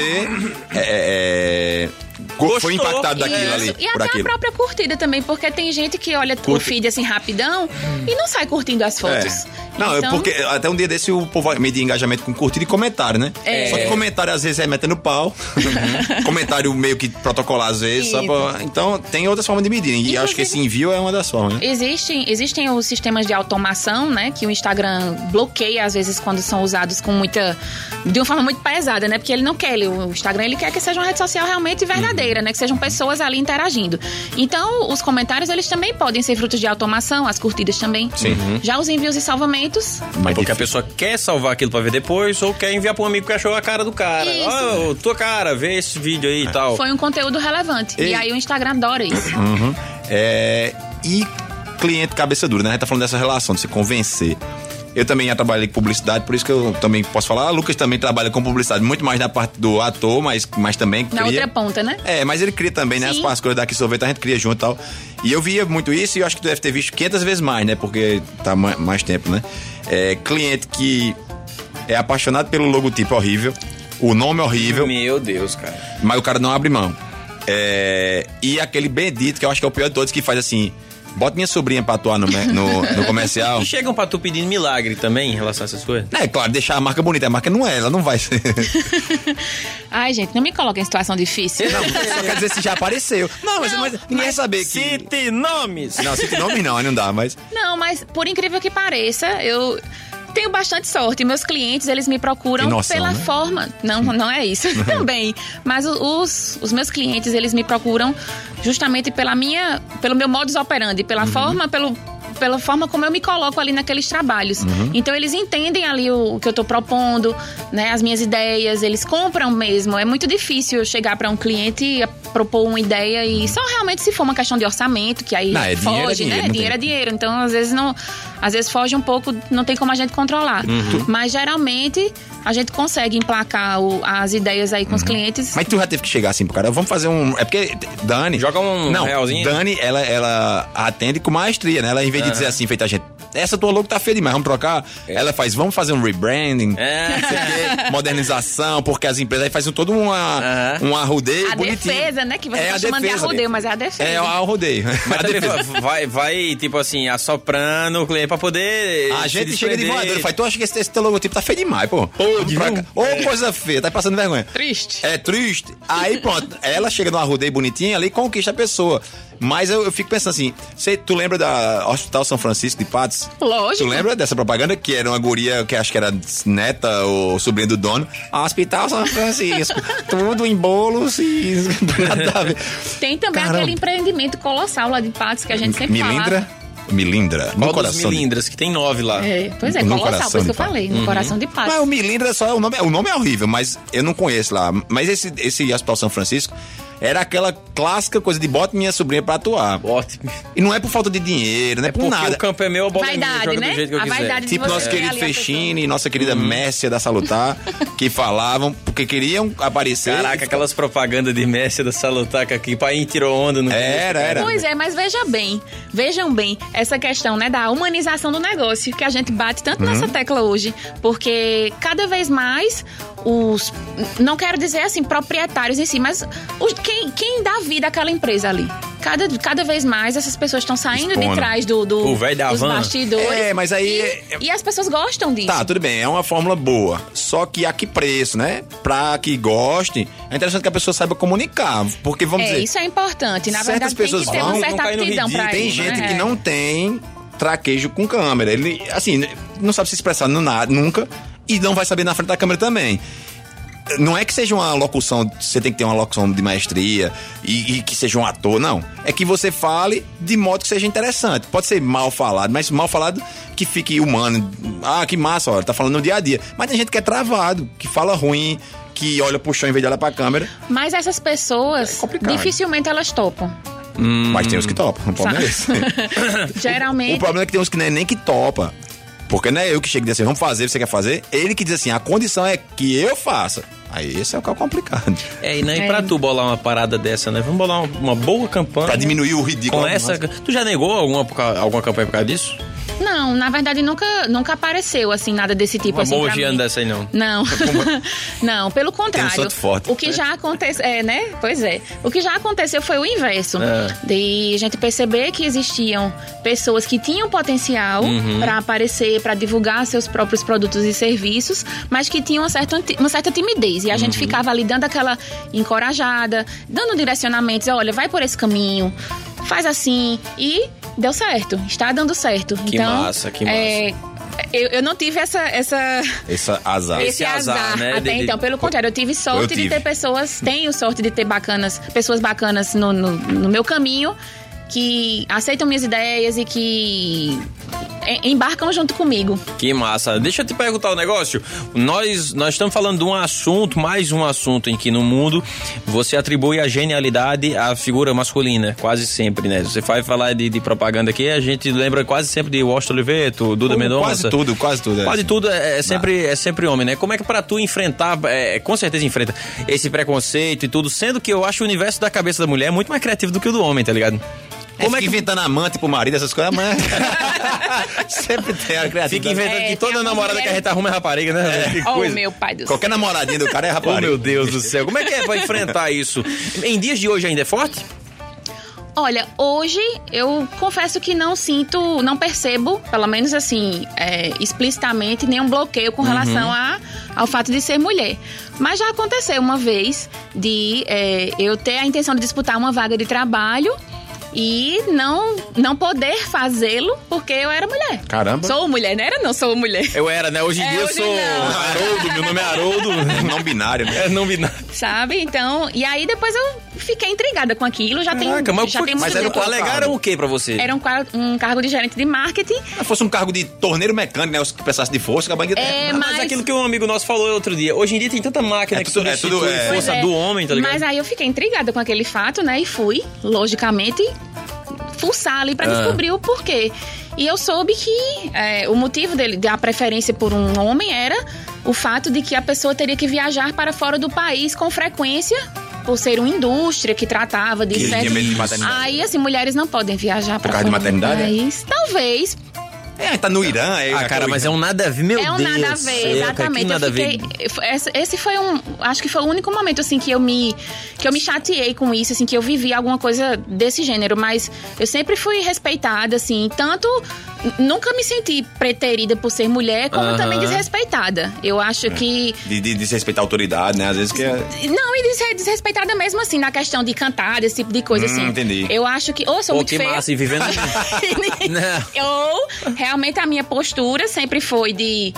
é, é, go-
Gostou.
foi impactado daquilo
Isso.
ali.
E
por
até
aquilo.
a própria curtida também, porque tem gente que olha o
Curte.
feed assim rapidão e não sai curtindo as fotos.
É. Não, é
Então,
porque até um dia desse o povo media engajamento com curtida e comentário, né?
É.
Só que comentário às vezes é metendo pau. comentário meio que protocolar às vezes. Só pra- Então tem outras formas de medir. E
Inclusive-
acho que esse envio é uma das formas, né?
Existem, existem os sistemas de automação, né? Que o Instagram bloqueia, às vezes, quando são usados com muita. de uma forma muito pesada, né? Porque ele não quer, ele- o Instagram ele quer que seja uma rede social realmente verdadeira,
Uhum.
né? Que sejam pessoas ali interagindo. Então, os comentários, eles também podem ser frutos de automação, as curtidas também.
Sim.
Já os envios e salvamentos,
Mas
Porque a
difícil.
pessoa quer salvar aquilo pra ver depois ou quer enviar pra um amigo que achou a cara do cara.
Isso.
Ó, tua cara, vê esse vídeo
É.
aí e tal.
foi um conteúdo relevante.
Oh. Ei.
E aí o Instagram adora isso.
Uhum. É, e cliente cabeça dura, né? A gente tá falando dessa relação de se convencer. Eu também já trabalhei com publicidade, por isso que eu também posso falar. Ah, Lucas também trabalha com publicidade, muito mais na parte do ator, mas, mas também
Na
cria...
outra ponta, né?
É, mas ele cria também, né?
Sim.
As, as coisas daqui sorvete a gente cria junto e tal. E eu via muito isso e eu acho que tu deve ter visto 500 vezes mais, né? Porque tá ma- mais tempo, né? É, cliente que é apaixonado pelo logotipo horrível, o nome horrível,
Meu Deus, cara.
mas o cara não abre mão. É, e aquele bendito, que eu acho que é o pior de todos, que faz assim: bota minha sobrinha pra atuar no, me- no, no comercial.
E chegam pra tu pedindo milagre também em relação a essas coisas?
É, claro, deixar a marca bonita. A marca não é, ela não vai ser.
Ai, gente, não me coloca em situação difícil.
Não, só quer dizer se já apareceu. Não, mas, mas ninguém vai saber que.
Cite nomes!
Não, cite nome não, aí não dá, mas.
Não, mas por incrível que pareça, eu tenho bastante sorte. Meus clientes, eles me procuram
Tem noção,
pela
né?
forma. Não, não é isso também. Mas o- os, os meus clientes, eles me procuram justamente pela minha, pelo meu modus operandi, pela
Uhum.
forma, pelo pela forma como eu me coloco ali naqueles trabalhos.
Uhum.
Então eles entendem ali o, o que eu tô propondo, né, as minhas ideias, eles compram mesmo. É muito difícil eu chegar para um cliente e propor uma ideia e só realmente se for uma questão de orçamento, que aí
Não, é
foge,
dinheiro, é dinheiro,
né?
não tem
Dinheiro é dinheiro. Então, às vezes não. Às vezes foge um pouco, não tem como a gente controlar.
Uhum.
Mas geralmente a gente consegue emplacar o- as ideias aí com os clientes.
Uhum. Mas tu já teve que chegar assim pro cara, vamos fazer um. É porque Dani.
Joga um
não,
realzinho.
Dani, ela, ela atende com maestria, né? Ela, em vez de dizer assim, feita a gente, essa tua logo tá feia demais, vamos trocar. Ela faz, vamos fazer um rebranding.
É.
não sei o quê, Modernização, porque as empresas aí fazem toda uma,
Aham.
um arrodeio
a
bonitinho.
defesa, né? Que você
é
tá
a
chamando
defesa,
de arrodeio,
Bia.
mas é a defesa.
É o arrodeio.
Mas também vai- vai, vai, tipo assim, assoprando o cliente pra poder.
A
se
gente chega de
desprender.
voadora, faz, tu acha que esse, esse teu logotipo tá feio demais, pô. Ô, coisa feia, tá passando vergonha.
Triste.
É triste. Aí pronto, ela chega numa rodeia bonitinha ali e conquista a pessoa. Mas eu, eu fico pensando assim, cê, tu lembra da Hospital São Francisco de Patos?
Lógico.
Tu lembra dessa propaganda que era uma guria que acho que era neta ou sobrinha do dono? Hospital São Francisco, tudo em bolos e nada a ver.
Tem também
Caramba.
aquele empreendimento colossal lá de patos que a gente sempre
Milindra?
fala.
Milindra.
Qual dos
No coração. né? de-
milindras, que tem nove lá.
É, pois é,
No
colossal,
coração
por isso que
de
eu
pato.
falei, no coração de
Mas o
patos.
Milindra é só o nome, o nome é horrível, mas eu não conheço lá. Mas esse, esse Hospital São Francisco era aquela clássica coisa de bota minha sobrinha pra atuar.
Ótimo.
E não é por falta de dinheiro, não é, por
Porque
nada.
o campo é meu, a bola é minha,
Vaidade,
joga
né?
do jeito que eu
A
quiser.
vaidade
Tipo
Você
nosso
é
querido
ali a
Fechini e nossa querida Mércia da Salutar, que falavam, porque queriam aparecer.
Caraca, aquelas propagandas de Messi da Salutaca que o pai tirou onda no
Era, era.
Pois é, mas veja bem, vejam bem essa questão né, da humanização do negócio, que a gente bate tanto
Uhum.
nessa tecla hoje, porque cada vez mais os, não quero dizer assim, proprietários em si, mas os, quem, quem dá vida àquela empresa ali? cada, cada vez mais essas pessoas estão saindo
Expondo.
de trás do, do-
O velho da
dos
van.
bastidores.
É, mas aí-
E, e as pessoas gostam disso.
Tá, tudo bem, é uma fórmula boa. Só que a que preço, né? Pra que goste, é interessante que a pessoa saiba comunicar. Porque vamos
é,
dizer.
isso é importante. Na
certas
verdade, tem
pessoas
que ter
vão-
uma
não
certa
caem no
aptidão
ridículo,
pra
Tem
isso.
gente
né?
que
É.
não tem traquejo com câmera. Ele, assim, não sabe se expressar no nada, nunca e não vai saber na frente da câmera também. Não é que seja uma locução, você tem que ter uma locução de maestria e, e que seja um ator, não. É que você fale de modo que seja interessante. Pode ser mal falado, mas mal falado que fique humano. Ah, que massa, olha, tá falando no dia a dia. Mas tem gente que é travado, que fala ruim, que olha pro chão em vez de olhar pra câmera.
Mas essas
É
pessoas, dificilmente elas topam.
Mas tem os que topam, o problema é esse. O
Geralmente.
problema é que tem uns que não é nem que topa. Porque não é eu que chego e digo assim, vamos fazer, você quer fazer? Ele que diz assim, a condição é que eu faça. Aí esse é o que é o complicado.
É, e nem
É.
pra tu bolar uma parada dessa, né? Vamos bolar uma, uma boa campanha.
Pra diminuir o ridículo.
Com essa. Tu já negou alguma, por causa- alguma campanha por causa disso?
Não, na verdade nunca, nunca apareceu assim nada desse tipo.
Uma
assim, pra
bogiana
mim.
dessa aí, não.
Não. não, pelo
Tem um
contrário.
santo forte.
o que já aconteceu. É, né? Pois é. O que já aconteceu foi o inverso.
É.
De a gente perceber que existiam pessoas que tinham potencial
Uhum.
pra aparecer, pra divulgar seus próprios produtos e serviços, mas que tinham uma certa, anti- uma certa timidez. E a gente
Uhum.
ficava ali dando aquela encorajada, dando direcionamentos: olha, vai por esse caminho, faz assim. E deu certo. Está dando certo.
Que
então,
massa, que massa.
é, eu, eu não tive essa- essa
Ah, Esse azar.
Esse
esse azar,
azar, né,
até
de- de-
então. Pelo contrário, eu tive sorte
Eu
de
tive.
ter pessoas, tenho sorte de ter bacanas, pessoas bacanas no, no, no meu caminho que aceitam minhas ideias e que em- embarcam junto comigo.
Que massa. Deixa eu te perguntar um negócio. Nós nós estamos falando de um assunto, mais um assunto em que no mundo você atribui a genialidade à figura masculina, quase sempre, né? Você vai falar de, de propaganda aqui, a gente lembra quase sempre de Washington Oliveto, Duda Mendonça.
Quase tudo, quase tudo. é.
Quase tudo é, é sempre, é sempre homem, né? Como é que pra tu enfrentar, é, com certeza enfrenta esse preconceito e tudo, sendo que eu acho o universo da cabeça da mulher muito mais criativo do que o do homem, tá ligado?
Como é que inventando amante pro marido, essas coisas, mas... Sempre tem a criatividade.
Fica inventando
É,
que
tem
toda
algumas
namorada que a
mulheres-
gente arruma é rapariga, né? Que
Oh,
coisa.
meu pai do céu.
Qualquer namoradinha do cara é
Oh,
rapariga.
meu Deus do céu. Como é que é pra enfrentar isso? Em dias de hoje ainda é forte?
Olha, hoje eu confesso que não sinto, não percebo, pelo menos assim, é, explicitamente, nenhum bloqueio
Uhum.
com relação a, ao fato de ser mulher. Mas já aconteceu uma vez de é, eu ter a intenção de disputar uma vaga de trabalho e não, não poder fazê-lo porque eu era mulher.
Caramba.
Sou mulher, não era? Não, sou mulher.
Eu era, né? Hoje em
É,
dia eu
hoje
sou
não.
Haroldo, meu nome é Haroldo.
Não binário, né?
É, não vi nada.
Sabe? Então, e aí depois eu fiquei intrigada com aquilo, já
Caraca,
tem,
mas,
já
por-
tem muito
mas era,
tempo.
alegaram o que pra você?
Era um quadro- um cargo de gerente de marketing
Se fosse um cargo de torneiro mecânico, né? Os que precisasse de força, que a banheira...
É,
Mas,
mas-
aquilo que um amigo nosso falou outro dia. Hoje em dia tem tanta máquina
É
que
tudo- é
substitui
tudo- é.
força
Pois é.
do homem, tá ligado?
Mas aí eu fiquei intrigada com aquele fato, né? E fui, logicamente, fuçar ali
Ah.
pra descobrir o porquê. E eu soube que é, o motivo dele, da preferência por um homem era o fato de que a pessoa teria que viajar para fora do país com frequência. Por ser uma indústria que tratava de
Que
certo-
tinha medo de maternidade.
Aí, assim, mulheres não podem viajar para
causa
fora
de
do
maternidade, é?
país. Talvez,
É, tá no Irã. É,
Ah, cara, mas é um nada a ver, meu
é um
Deus.
nada a
do céu,
ver,
cara, que
exatamente.
nada a
eu
ver.
fiquei, esse- esse foi um, acho que foi o único momento assim que eu me que eu me chateei com isso, assim que eu vivi alguma coisa desse gênero, mas eu sempre fui respeitada assim, tanto n- nunca me senti preterida por ser mulher, como
Aham. É.
também desrespeitada. Eu acho que
De, de desrespeitar a autoridade, né? Às vezes que é...
não, e desre- desrespeitada mesmo assim, na questão de cantar, desse tipo de coisa,
Hum,
assim.
entendi.
Eu acho que. Ou eu sou
Pô,
muito
que
feia.
massa, e vivendo... Não.
Ou realmente a minha postura sempre foi de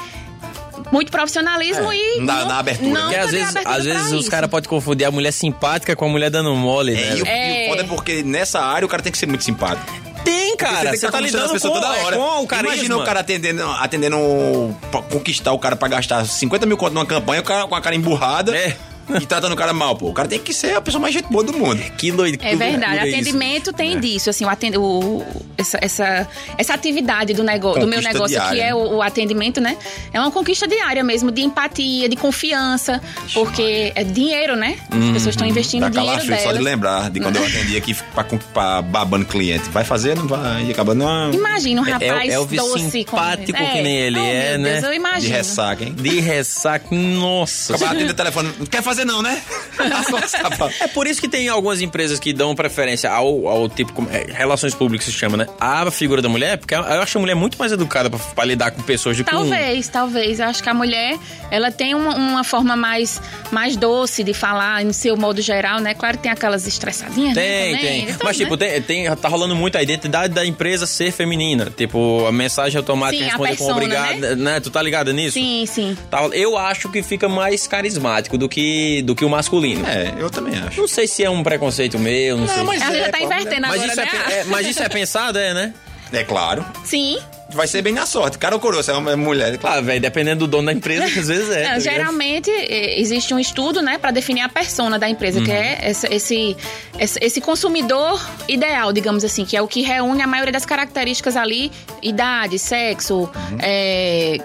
muito profissionalismo
É,
e.
na-
não-
na abertura, né?
Não,
Porque às vezes, às vezes os caras podem confundir a mulher simpática com a mulher dando mole,
É,
né?
e o,
É.
e o foda é porque nessa área o cara tem que ser muito simpático.
Tem,
tem
cara.
que
Você tá
aconselhar as
lidando com,
pessoas toda hora.
é com o carisma.
Imagina o cara atendendo, atendendo o- pra conquistar o cara pra gastar 50 mil conto numa campanha, o cara com a cara emburrada
É.
e tratando o cara mal, pô. O cara tem que ser a pessoa mais gente boa do mundo.
Que doido.
É verdade,
isso. É.
atendimento tem disso, assim, o atend... o- essa, essa, essa atividade do, negócio, do meu
Conquista
negócio, que
diária,
é
né?
o, o atendimento, né? É uma conquista diária mesmo, de empatia, de confiança, porque é dinheiro, né? As
Uhum.
pessoas estão investindo
Dá
dinheiro
calafrio
delas.
só de lembrar de quando eu atendi aqui pra, com- pra babando cliente. Vai fazer, não vai? E acaba, não.
Imagina um
É,
rapaz
Elvis
doce. com-
simpático que nem ele
Oh,
é,
meu Deus,
né?
Eu
De
imagino.
ressaca, hein?
De ressaca, nossa.
Acaba atendendo o telefone. Quer fazer fazer não, né?
É por isso que tem algumas empresas que dão preferência ao, ao tipo. como- é, Relações públicas se chama, né? A figura da mulher, porque eu acho a mulher muito mais educada pra, pra lidar com pessoas de com-
Talvez, né, talvez. Eu acho que a mulher, ela tem uma, uma forma mais, mais doce de falar, em seu modo geral, né? Claro que tem aquelas estressadinhas, né?
Tem,
também.
tem.
Então,
Mas,
né?
tipo, tem, tem- tá rolando muito a identidade da empresa ser feminina. Tipo, a mensagem automática
Sim, a
responder com
persona,
obrigada, né? Tu tá ligado nisso?
Sim, sim.
Tá- eu acho que fica mais carismático do que, do que o masculino.
É, eu também acho.
Não sei se é um preconceito meu, não, sei.
mas
Ela
é,
já tá
pô,
invertendo
Mas
agora,
isso é,
né?
pe- é- mas isso é pensado, é, né?
É claro.
Sim.
Vai ser bem na sorte. Cara ou coroa, você é uma mulher. é Claro.
Ah, velho, dependendo do dono da empresa, às vezes é.
Não,
tá ligado?
geralmente eh, existe um estudo, né, para definir a persona da empresa,
Uhum.
que é essa- esse, esse, esse consumidor ideal, digamos assim, que é o que reúne a maioria das características ali, idade, sexo,
Uhum.
eh,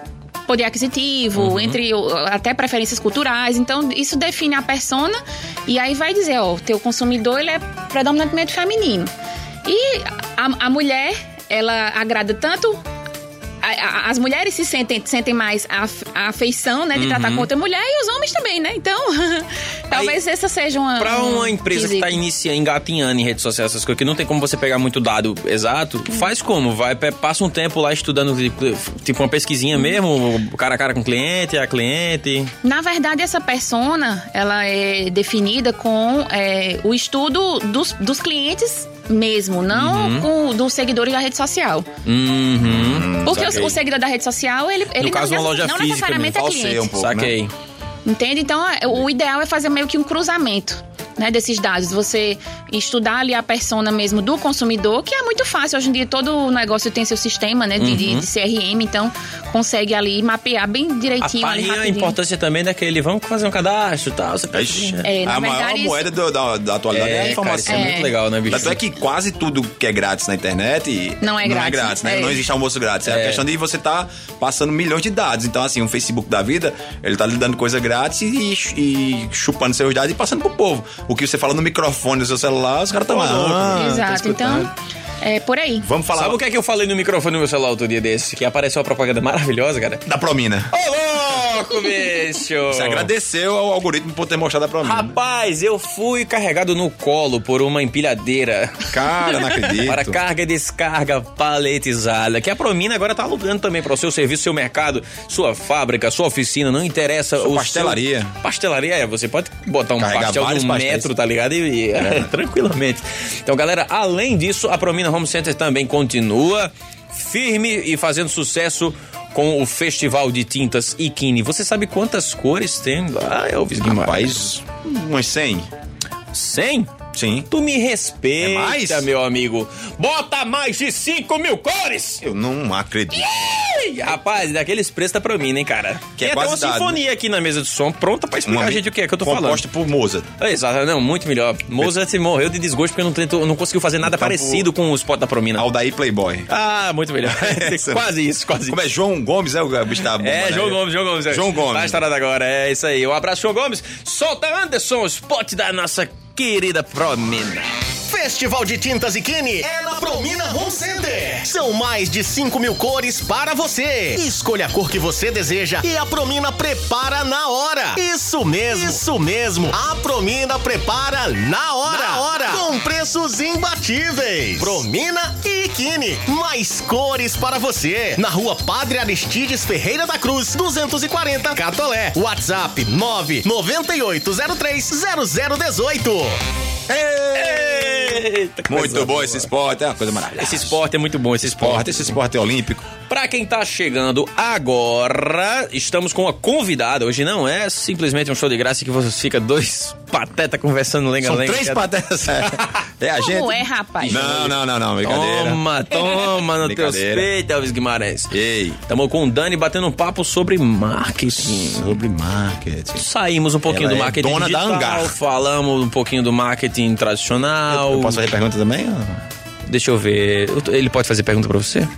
poder aquisitivo, entre o- até preferências culturais. Então isso define a persona e aí vai dizer, ó, o teu consumidor ele é predominantemente feminino e a, a mulher ela agrada tanto a- a- As mulheres se sentem, sentem mais a, af- a afeição, né? De tratar
Uhum.
com outra mulher e os homens também, né? Então, talvez essa seja uma.
Pra
um
uma empresa que tá
quesito.
iniciando, engatinhando em redes sociais, essas coisas, que não tem como você pegar muito dado exato, faz como? Vai, pe- passa um tempo lá estudando, tipo, tipo, uma pesquisinha mesmo, cara a cara com o cliente, é a cliente.
Na verdade, essa persona, ela é definida com é, o estudo dos, dos clientes mesmo, não com, dos seguidores da rede social.
Uhum.
Porque
saquei.
o, o seguidor da rede social, ele, ele não,
caso, uma
necess-
loja
não
física
necessariamente é
mesmo. Falseia um
cliente.
pouco.
Saquei.
Entende? Então, é, o ideal é fazer meio que um cruzamento né, desses dados. Você estudar ali a persona mesmo do consumidor, que é muito fácil. Hoje em dia, todo negócio tem seu sistema né, de,
Uhum.
de- de CRM, então consegue ali mapear bem direitinho. ali,
Aparei
é
a
rapidinho.
importância também daquele, vamos fazer um cadastro e tal. Você
Ixi,
É, na
a maior
verdade, isso-
moeda do- da, da atualidade é, a
É, cara,
informação.
isso é,
É.
muito legal, né, bicho?
Tanto é que quase tudo que é grátis na internet e-
Não é
Não
grátis,
né?
é.
Não existe almoço grátis. É,
É.
a questão de você tá passando milhões de dados. Então, assim, o Facebook da vida, ele tá lhe dando coisa grátis e, e chupando seus dados e passando pro povo. O que você fala no microfone do seu celular, os caras estão lá. "Ah, tá
Exato.
escutando."
então, é por aí.
Vamos falar
Sabe o que é que eu falei no microfone do meu celular outro dia desse? Que apareceu uma propaganda maravilhosa, cara.
é da Promina.
Oh. Ô, louco, bicho!
Você agradeceu ao algoritmo por ter mostrado a Promina.
Rapaz, eu fui carregado no colo por uma empilhadeira.
Cara, não acredito.
Para carga e descarga paletizada. Que a Promina agora tá alugando também para o seu serviço, seu mercado, sua fábrica, sua oficina, não interessa. o seu-
pastelaria.
Pastelaria, é. Você pode botar um
Carregar
pastel de
vários
um
pastéis. É.
metro, tá ligado? E, e- tranquilamente. Então, galera, além disso, a Promina Home Center também continua firme e fazendo sucesso com o Festival de Tintas Ikini. Você sabe quantas cores tem lá, Elvis Guimarães?
Rapaz, umas 100.
100?
Sim.
Tu me respeita,
É mais?
meu amigo. Bota mais de 5 mil cores!
Eu não acredito.
Ei, Rapaz, daqueles preços tá pra mim, hein, cara?
Que
Tem
é
até uma
quase dado,
sinfonia aqui na mesa de som pronta pra explicar a gente o que é que eu tô
composta
falando.
por Mozart.
É, Exato, não, muito melhor. Mozart morreu de desgosto porque não, tentou, não conseguiu fazer nada parecido com o spot da Promina.
Aldair Playboy.
Ah, muito melhor.
Essa-
quase isso, quase
Como é João Gomes, é o bicho da bomba,
é,
né?
João Gomes, João Gomes. é.
João Gomes.
Tá estourado agora, é isso aí. Um abraço, João Gomes. Solta Anderson, o spot da nossa querida Promina.
Festival de Tintas e Kine é na Promina Home Center. São mais de 5 mil cores para você. Escolha a cor que você deseja e a Promina prepara na hora. Isso mesmo, isso mesmo. A Promina prepara na hora. Na hora. Com preços imbatíveis. Promina e Kine. Mais cores para você. Na rua Padre Aristides Ferreira da Cruz, 240 Catolé. WhatsApp 998030018.
Eita, que
Muito
coisa
bom esse esporte, é uma coisa maravilhosa.
Esse esporte é muito bom, esse esporte.
esporte, esse esporte é olímpico.
Pra quem tá chegando agora, estamos com uma convidada. Hoje não é simplesmente um show de graça que você fica dois pateta conversando
São
lenga-lenga.
três patetas. É a gente.
Como é, rapaz?
Não, não, não, não, brincadeira.
Toma, toma no teu
Brincadeira.
peito, Elvis Guimarães.
Ei,
Tamo com o Dani batendo um papo sobre marketing.
sobre marketing.
Saímos um pouquinho do
Ela é
marketing
dona da
digital,
Hangar.
falamos um pouquinho do marketing tradicional.
Eu posso fazer pergunta também?
Deixa eu ver. Eu tô- Ele pode fazer pergunta pra você?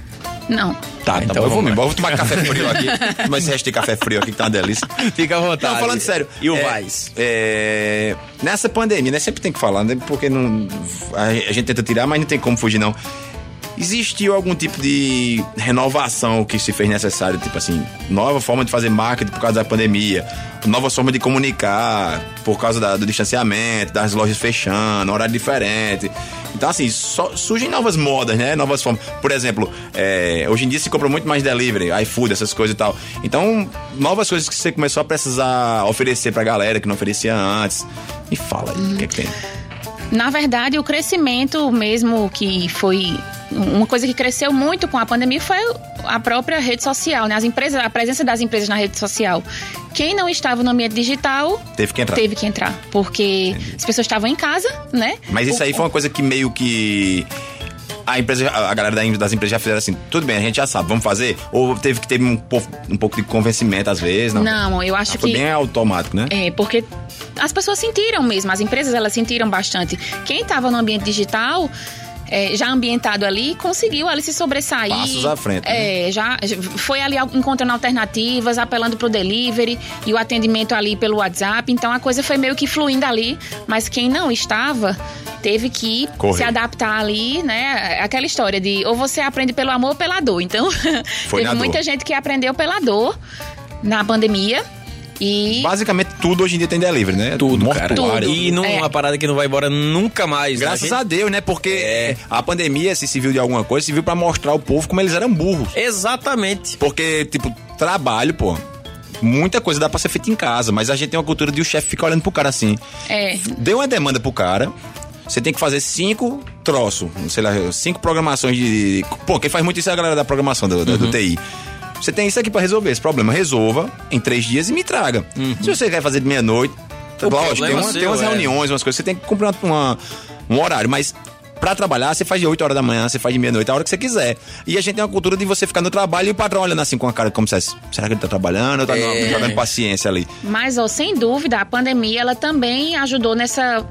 Não.
Tá,
Então eu vou me embora, vou tomar café frio aqui. Mas esse resto de café frio aqui que tá uma delícia.
Fica à vontade.
Não, falando sério.
E o
é,
Vaz?
é, nessa pandemia, né? Sempre tem que falar, né? Porque não, a, a gente tenta tirar, mas não tem como fugir, não. Existiu algum tipo de renovação que se fez necessário? Tipo assim, nova forma de fazer marketing por causa da pandemia, nova forma de comunicar por causa da- do distanciamento, das lojas fechando, horário diferente. Então, assim, só- surgem novas modas, né? Novas formas. Por exemplo, é, hoje em dia se compra muito mais delivery, iFood, essas coisas e tal. Então, novas coisas que você começou a precisar oferecer pra galera que não oferecia antes. Me fala aí, o que é que tem?
Na verdade, o crescimento mesmo que foi uma coisa que cresceu muito com a pandemia foi a própria rede social, né? As empresas, a presença das empresas na rede social. Quem não estava no ambiente digital
Teve que entrar.
teve que entrar, porque as pessoas estavam em casa, né?
Mas isso
O-
aí foi uma coisa que meio que. A, empresa, a a galera da em- das empresas já fizeram assim, tudo bem, a gente já sabe, vamos fazer? Ou teve que ter um, po- um pouco de convencimento às vezes? Não,
Não, eu
Ah,
acho
Foi
que
bem automático, né?
É, porque as pessoas sentiram mesmo, as empresas elas sentiram bastante. Quem estava no ambiente digital, é, já ambientado ali, conseguiu ali se sobressair.
Passos à frente, né?
É, já já foi ali al- encontrando alternativas, apelando pro delivery e o atendimento ali pelo WhatsApp. Então a coisa foi meio que fluindo ali, mas quem não estava teve que
Correr.
se adaptar ali, né? Aquela história de ou você aprende pelo amor ou pela dor.
na
Então, teve
dor.
muita gente que aprendeu pela dor na pandemia. E
Basicamente tudo hoje em dia tem delivery, né?
Tudo, cara.
Mortuário.
E não
É.
uma parada que não vai embora nunca mais. né?
Graças a Deus, né? Porque
É.
a pandemia se serviu de alguma coisa, se viu pra mostrar ao povo como eles eram burros.
gente... Exatamente.
Porque, tipo, trabalho, pô. Muita coisa dá pra ser feita em casa, mas a gente tem uma cultura de o chefe ficar olhando pro cara assim.
É.
Deu uma demanda pro cara, você tem que fazer cinco troços, sei lá, cinco programações de. Pô, quem faz muito isso é a galera da programação do, do-
Uhum.
do TI. Você tem isso aqui pra resolver esse problema. Resolva em três dias e me traga. Se você quer fazer de meia-noite,
Uhum. O
lógico, tem,
problema
uma- tem
seu,
umas
é.
reuniões, umas coisas. Você tem que cumprir uma- uma- um horário, mas. Pra trabalhar, você faz de 8 horas da manhã, você faz de meia-noite, a hora que você quiser. E a gente tem uma cultura de você ficar no trabalho e o patrão olhando assim com a cara como se fosse, será que ele tá trabalhando ou tá
É.
jogando paciência ali?
Mas, ó, sem dúvida, a pandemia ela também ajudou nessa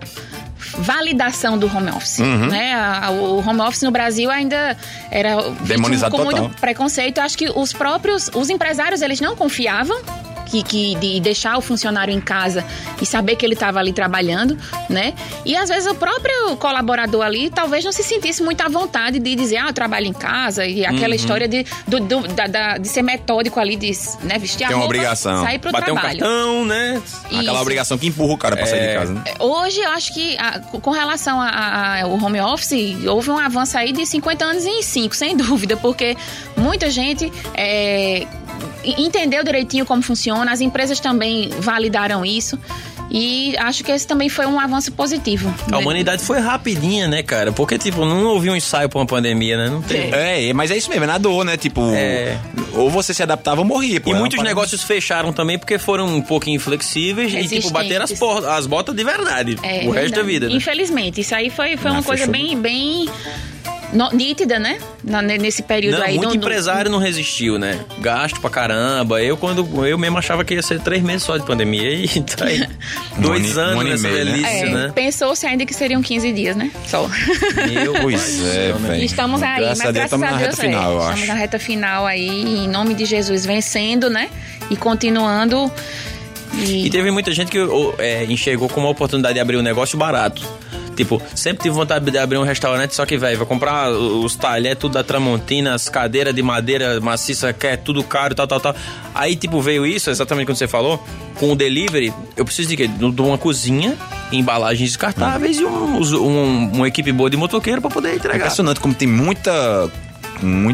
validação do home office, né? A- a- O home office no Brasil ainda era vítima
Demonizado
com
total.
muito preconceito. Eu acho que os próprios, os empresários, eles não confiavam que, que de deixar o funcionário em casa e saber que ele estava ali trabalhando, né? E às vezes o próprio colaborador ali talvez não se sentisse muito à vontade de dizer, ah, eu trabalho em casa e aquela história de, do- do- da- da- de ser metódico ali, de né, vestir
Tem
a
uma
roupa,
obrigação.
sair pro
Bater um
trabalho.
cartão, né?
Aquela
Isso.
obrigação que empurra o cara pra
É.
sair de casa, né?
Hoje, eu acho que a- com relação a- a- ao home office, houve um avanço aí de 50 anos em 5, sem dúvida, porque muita gente é, en- entendeu direitinho como funciona, as empresas também validaram isso. E acho que esse também foi um avanço positivo.
A
né?
humanidade foi rapidinha, né, cara? Porque, tipo, não houve um ensaio pra uma pandemia, né? Não teve.
É, é, mas é isso mesmo, é na dor, né? Tipo,
É.
ou você se adaptava ou morria. Pô,
E
É uma
muitos
parada-
negócios fecharam também porque foram um pouquinho inflexíveis e, tipo,
Resistentes. É,
bateram as, por- as botas de verdade. o resto da
verdade.
vida, né?
Infelizmente, isso aí foi, foi
Ah,
uma coisa
fechou.
bem, bem no- nítida, né? Na- nesse período
Não,
aí.
muito
do- do-
empresário não resistiu, né? Gasto pra caramba. Eu quando eu mesmo achava que ia ser três meses só de pandemia e tá aí
Um
dois
ano
anos
e- um ano e
nessa
meio, né?
delícia,
É,
né?
Pensou-se ainda que seriam 15 dias, né? Só.
Meu
Pois
pai do
é,
céu, né?
velho.
Estamos aí,
Graças a Deus,
mas graças
estamos
a
na
Deus,
reta final, eu
é,
acho.
estamos na reta final aí, em nome de Jesus, vencendo, né? E continuando. E,
E teve muita gente que ô, é, enxergou como uma oportunidade de abrir um negócio barato. Tipo, sempre tive vontade de abrir um restaurante, só que, velho, vai comprar os talher, tudo da Tramontina, as cadeiras de madeira maciça, que é tudo caro, tal, tal, tal. Aí, tipo, veio isso, exatamente quando você falou, com o delivery, eu preciso de quê? De de uma cozinha, embalagens descartáveis e um, os- um- uma equipe boa de motoqueiro pra poder
É
entregar.
impressionante como tem muita.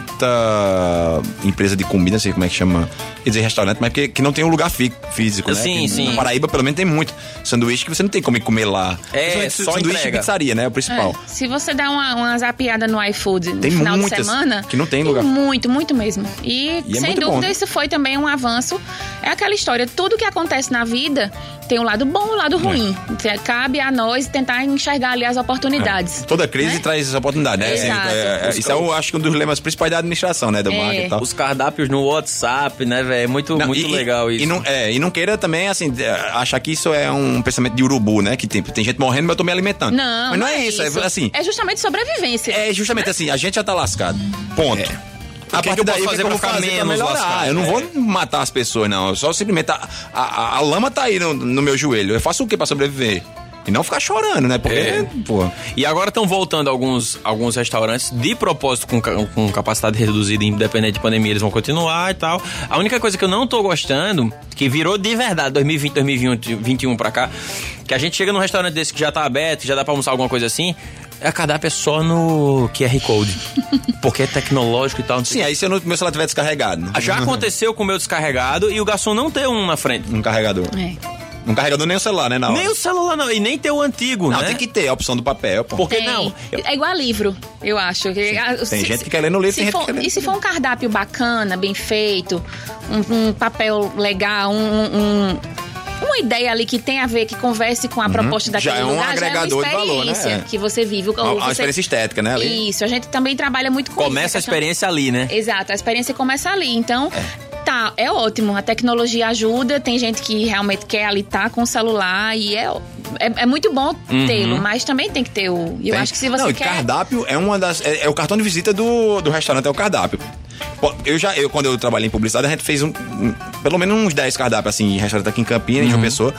Muita empresa de comida, não sei como é que chama. Quer dizer, restaurante, mas que, que não tem um lugar fi- físico, né?
Sim,
Que
sim.
Na Paraíba, pelo menos, tem muito. Sanduíche que você não tem como ir comer lá.
É,
Principalmente
só
sanduíche
entrega.
de pizzaria, né? É o principal.
É, se você dá uma, uma zapiada no iFood no
Tem
final
muitas
de semana.
que não tem lugar.
Muito, muito mesmo. E,
E é
sem
muito bom,
dúvida,
né?
isso foi também um avanço. É aquela história: tudo que acontece na vida tem um lado bom e um lado ruim.
É.
Cabe a nós tentar enxergar ali as oportunidades.
Toda crise
Né?
traz essa oportunidade, né?
Exato.
É, é, isso é, eu acho que um dos lemas principais da administração, né? Do
É.
marketing e tal.
Os cardápios no WhatsApp, né, velho? É muito,
Não,
muito
e-
legal
e-
isso.
E não, é, e não queira também, assim, de- achar que isso é um pensamento de urubu, né? Que tem, tem gente morrendo, mas eu tô me alimentando.
Não,
Mas não, é, isso, é assim.
É justamente sobrevivência.
É, justamente assim, a gente já tá lascado. Ponto. A
É. que que eu posso fazer
é eu
pra
vou
ficar
fazer pra
menos
melhorar?
lascado?
Eu não vou
É.
matar as pessoas, não. Eu só simplesmente. A, a, a- a lama tá aí no, no meu joelho. Eu faço o que pra sobreviver? E não ficar chorando, né? Porque,
É.
pô.
E agora estão voltando alguns, alguns restaurantes de propósito com, ca- com capacidade reduzida, independente de pandemia, eles vão continuar e tal. A única coisa que eu não tô gostando, que virou de verdade 2020, 2021 pra cá, que a gente chega num restaurante desse que já tá aberto, que já dá pra almoçar alguma coisa assim, é cardápio é só no QR Code. porque é tecnológico e tal. Não sei
Sim, aí se eu não- meu celular tiver descarregado. né?
Já aconteceu com o meu descarregado e o garçom não ter um na frente.
Um carregador.
É.
Um carregador nem o celular, né? Na hora.
Nem o celular não, e nem ter o antigo,
Não,
né?
tem que ter a opção do papel, pô.
Porque
Tem.
não. Eu-
É igual a livro, eu acho. tem
gente que quer ler no livro,
se
tem gente
for-
que quer ler no
E se for um cardápio bacana, bem feito, um, um papel legal, um- um- um- uma ideia ali que tem a ver, que converse com a proposta daquele
Já é um
lugar,
agregador de
já é uma
valor, né?
experiência
É.
que você vive. ou
Uma- uma
você-
experiência estética, né, ali?
Isso, a gente também trabalha muito com isso,
Começa a
questão-
experiência ali, né?
Exato, a experiência começa ali. Então, tá, é ótimo. A tecnologia ajuda, tem gente que realmente quer ali estar com o celular e é, é, é muito bom tê-lo, mas também tem que ter o. Eu
Uhum. Tem.
acho que se você
Não, e
quer.
cardápio é uma das. É, é o cartão de visita do, do restaurante, é o cardápio. Pô, Eu já, eu, quando eu trabalhei em publicidade, a gente fez um, um- pelo menos uns 10 cardápios, assim, em restaurante aqui em Campinas, em João Pessoa.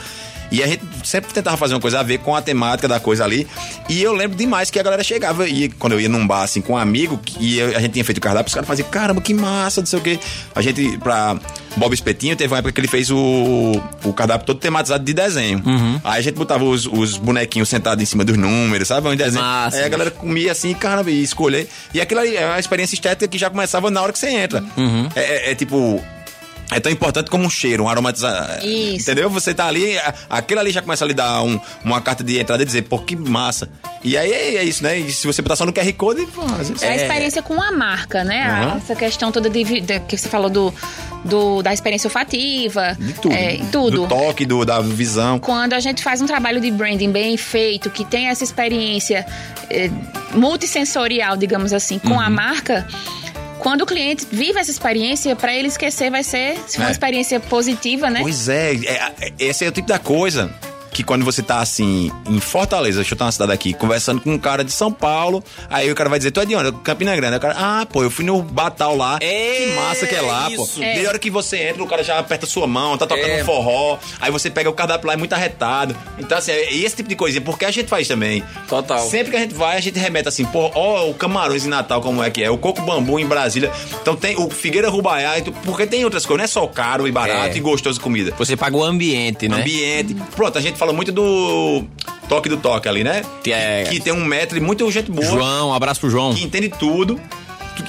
E a gente sempre tentava fazer uma coisa a ver com a temática da coisa ali. E eu lembro demais que a galera chegava e quando eu ia num bar, assim, com um amigo, e eu- a gente tinha feito o cardápio, os caras faziam, caramba, que massa, não sei o quê. A gente, pra Bob Espetinho, teve uma época que ele fez o, o cardápio todo tematizado de desenho. Aí a gente botava os, os bonequinhos sentados em cima dos números, sabe? Um desenho.
massa,
Aí a galera comia assim, caramba, e escolher. E aquilo ali é uma experiência estética que já começava na hora que você entra. É, é- é tipo. É tão importante como um cheiro, um aromatizado.
Isso.
Entendeu? Você tá ali, a- aquilo ali já começa a lhe dar um- uma carta de entrada e dizer, pô, que massa. E aí é, é isso, né? E se você botar só no QR Code, pô, às vezes-
É a experiência com a marca, né? A- Essa questão toda de, vi- da- que você falou do, do- da experiência olfativa.
de tudo.
é, tudo.
Do toque, do, da visão.
Quando a gente faz um trabalho de branding bem feito, que tem essa experiência é, multissensorial, digamos assim, com
Uhum.
a marca, quando o cliente vive essa experiência, para ele esquecer vai ser se for
É.
uma experiência positiva, né?
Pois é, é, é, esse é o tipo da coisa que quando você tá assim, em Fortaleza, deixa eu estar uma cidade aqui, conversando com um cara de São Paulo, aí o cara vai dizer, tu é de onde? Eu, Campina Grande. Aí o cara, ah, pô, eu fui no Batal lá.
É,
que massa que é lá,
isso.
pô.
É.
E a hora que você entra, o cara já aperta sua mão, tá tocando
É.
um forró, aí você pega o cardápio lá, é muito arretado. Então, assim, é esse tipo de coisinha, porque a gente faz também.
Total.
Sempre que a gente vai, a gente remete assim, pô, ó, o Camarões em Natal, como é que é, o Coco Bambu em Brasília. Então tem o Figueira Rubaiá, então- porque tem outras coisas, não é só caro e barato
É.
e gostoso de comida.
Você paga o ambiente, né?
Ambiente. Pronto, a gente fala muito do toque do toque ali, né?
Que é-
Que tem um metro e muito gente boa,
João, um abraço pro João.
que entende tudo.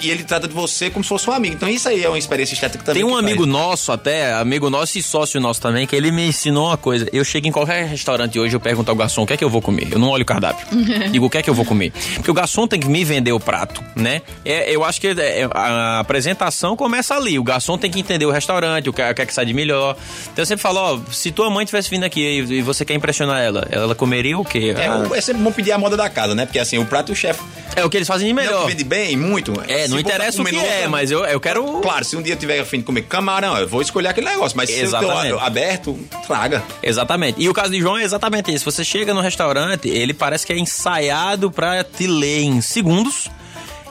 E ele trata de você como se fosse um amigo. Então isso aí é uma experiência estética também.
Tem um
que
amigo
faz.
nosso até, amigo nosso e sócio nosso também, que ele me ensinou uma coisa. Eu chego em qualquer restaurante hoje, eu pergunto ao garçom o que é que eu vou comer. Eu não olho o cardápio. Digo o que é que eu vou comer. Porque o garçom tem que me vender o prato, né? É, eu acho que é, a apresentação começa ali. O garçom tem que entender o restaurante, o que, o que é que sai de melhor. Então eu sempre falo, ó, se tua mãe tivesse vindo aqui e, e você quer impressionar ela, ela comeria o quê?
É,
Ah,
o- é sempre bom pedir a moda da casa, né? Porque assim, o prato e o chefe.
é o que eles fazem de
Não
melhor.
vende bem, muito.
É, não
Se botar um
interessa o que
comendo
é,
outra-
mas eu, eu quero.
Claro, se um dia eu tiver afim de comer camarão, eu vou escolher aquele negócio. Mas se
Exatamente.
eu tô aberto, traga.
Exatamente. E o caso de João é exatamente isso. Você chega no restaurante, ele parece que é ensaiado pra te ler em segundos.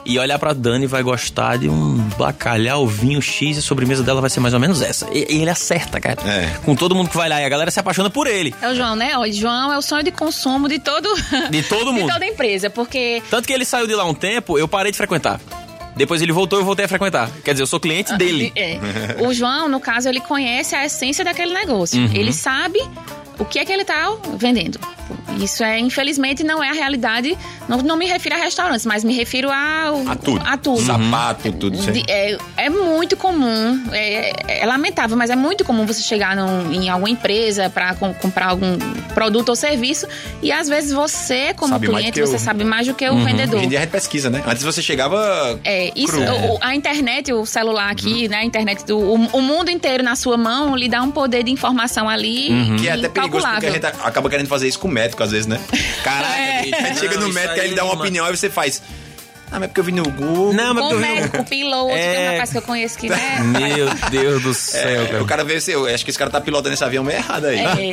E olhar pra Dani vai gostar de um bacalhau, vinho X, e a sobremesa dela vai ser mais ou menos essa. E, e ele acerta, cara.
É.
Com todo mundo que vai lá. E a galera se apaixona por ele.
É o João, né? O João é o sonho de consumo de todo
De todo mundo.
de toda empresa, porque
Tanto que ele saiu de lá um tempo, eu parei de frequentar. Depois ele voltou, eu voltei a frequentar. Quer dizer, eu sou cliente dele.
É. O João, no caso, ele conhece a essência daquele negócio.
Uhum.
Ele sabe o que é que ele tá vendendo. Isso é, infelizmente, não é a realidade. Não, não me refiro a restaurantes, mas me refiro ao,
A tudo. Uhum.
A tudo.
Um Sapato, tudo. isso aí.
De- Uhum. é, é muito comum, é, é lamentável, mas é muito comum você chegar num- em alguma empresa para comprar algum produto ou serviço e às vezes você, como
Sabe mais
cliente,
do que
você
eu. Uhum.
sabe mais do que o vendedor.
Hoje em dia a gente pesquisa, né? Antes você chegava.
É, isso,
cru.
o- o- a internet, o celular
Uhum.
aqui, né? A internet do o, o mundo inteiro na sua mão lhe dá um poder de informação ali
Uhum.
Que é até perigoso, porque a
incalculável.
gente acaba querendo fazer isso com o médico, às vezes, né? Caraca,
É.
bicho, a gente chega
Não,
no
isso
médico,
aí
aí ele dá uma
não- é.
opinião, aí você faz. Ah, mas é porque eu vi no Google.
Não, mas
Com
porque
o
eu vi um-
médico, o piloto, tem
É.
um rapaz que eu conheço que, né?
Meu Deus do céu,
É,
cara.
o cara vê assim, eu acho que esse cara tá pilotando esse avião meio errado aí.
É.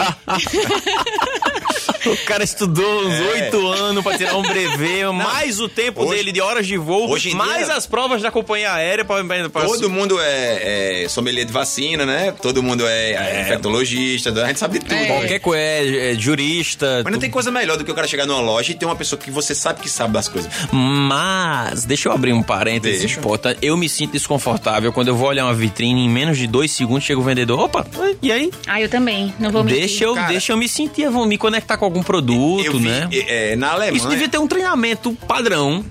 O cara estudou uns oito anos pra tirar um brevet, É. mais o tempo
Hoje-
dele de horas de voo,
hoje em
mais
dia-
as provas da companhia aérea pra, pra, pra-
Todo mundo é, é sommelier de vacina, né? Todo mundo é, é infectologista, a gente sabe de tudo.
Qualquer coisa, é, é jurista.
Mas não tem coisa melhor do que o cara chegar numa loja e ter uma pessoa que você sabe que sabe das coisas.
Mas, deixa eu abrir um parênteses
Deixa.
importante. Eu me sinto desconfortável quando eu vou olhar uma vitrine em menos de dois segundos chega o vendedor. Opa, e aí?
Ah, eu também. Não vou mentir.
Deixa eu,
Cara,
deixa eu me sentir, eu vou me conectar com algum produto,
Eu vi,
né?
é, é, na Alemanha.
Isso devia ter um treinamento padrão.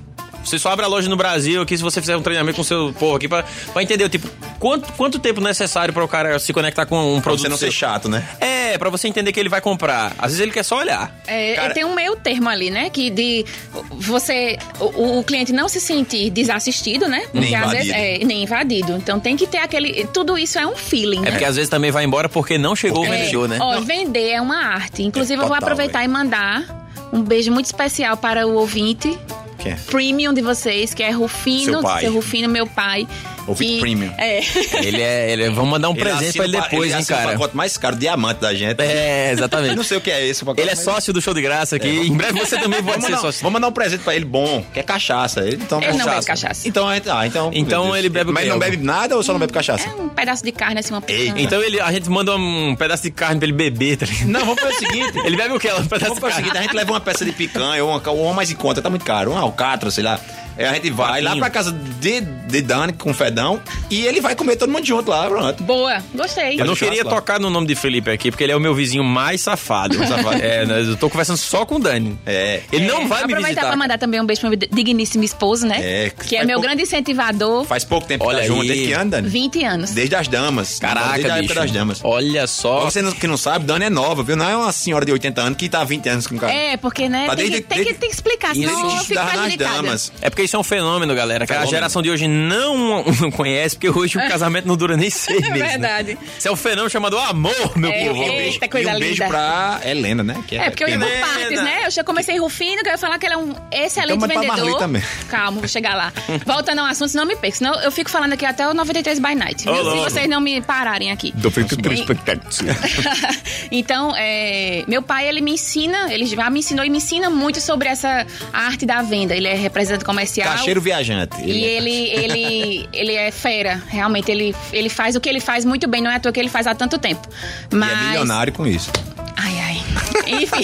Você só abre a loja no Brasil aqui se você fizer um treinamento com o seu povo aqui pra, pra entender, o tipo, quanto, quanto tempo necessário pra o cara se conectar com um
pra
produto
você não
seu.
ser chato, né?
É, pra você entender que ele vai comprar. Às vezes ele quer só olhar.
É,
Cara-
tem um meio termo ali, né? Que de você. O, o cliente não se sentir desassistido, né? Porque às
invadido.
vezes. é, nem invadido. Então tem que ter aquele. Tudo isso é um feeling,
É
né?
porque às vezes também vai embora porque não chegou o
É,
vendedor, né?
Ó, vender é uma arte. Inclusive, eu vou
total,
aproveitar e mandar um beijo muito especial para o ouvinte
Um
Quem é?
premium de vocês, que é Rufino,
Seu pai.
Rufino, meu pai.
Ouvinte
que-
premium.
É.
Ele é. Ele, vamos mandar um
Ele
presente pra
assina
ele
o pa-
depois, hein,
assina O
cara.
pacote mais caro, diamante da gente.
É,
Eu
exatamente.
não sei o que é esse. o pacote,
Ele é
mas- É
sócio do show de graça aqui. em breve você também pode
Vamos
ser
mandar,
sócio.
vamos mandar um presente pra ele bom, que é cachaça. Ele toma
Ele não
cachaça.
bebe cachaça.
Então, é- ah, então,
Então
meu Deus.
ele bebe o
Mas
quê?
ele não bebe nada ou só não bebe cachaça?
É um pedaço de carne, assim, uma
Ei,
picanha.
Então ele, a gente manda um pedaço de carne pra ele beber, tá ligado?
Não, vamos fazer o seguinte.
Ele bebe o quê? Um pedaço
Vamos
de
fazer o
carne.
seguinte, a gente leva uma peça de picanha ou uma, ou uma mais em conta, tá muito caro, uma alcatra, sei lá. Aí a gente vai lá
Patinho.
pra casa de, de Dani com o Fedão e ele vai comer todo mundo junto lá, pronto.
Boa, gostei.
Eu não
Faz o
queria
churrasco lá.
tocar no nome de Felipe aqui, porque ele é o meu vizinho mais safado. É, né, eu tô conversando só com o Dani.
É.
Ele não
É,
vai me
Aproveitar
visitar.
pra mandar também um beijo pro meu digníssimo esposo, né?
É,
que é
faz
meu
pouco-
grande incentivador.
Faz pouco tempo
Olha
que tá junto,
aí.
desde que ano, Dani?
20 anos.
Desde as damas. desde a
Caraca,
época
bicho.
das damas.
Olha só.
Pra você não- que não sabe, Dani é nova, viu? Não é uma senhora de 80 anos que tá há 20 anos com o cara.
É, porque, né?
Tá
tem,
desde-
que, tem,
desde-
que, tem que explicar,
Ele
senão eu fico
estudava nas
fragilitada.
damas.
É porque isso é um fenômeno, galera. Que a
Fenômeno.
geração de hoje não não conhece, porque hoje o casamento não dura nem seis meses. né?
É. verdade.
Isso é um fenômeno chamado amor, meu
É,
povo.
é. Eita, coisa
e um beijo
linda.
pra Helena, né? Que
É, porque eu ia por
Helena.
partes, né? Eu já comecei Rufino, que eu ia falar que ele é um excelente
Então, mas pra
vendedor.
Marli também.
Calma, vou chegar lá. Voltando ao assunto, senão eu me perco. Senão eu fico falando aqui até o 93 by Night. viu?
Ô,
Se
louco.
vocês não me pararem aqui.
Do feito do
Sim. então, é, meu pai, ele me ensina, ele já me ensinou e me ensina muito sobre essa arte da venda. Ele é representante comercial.
Cacheiro viajante. é,
E ele, ele, ele é fera, realmente. Ele, ele faz o que ele faz muito bem, não é à toa que ele faz há tanto tempo.
E
Mas.
é milionário com isso.
Ai, ai. Enfim.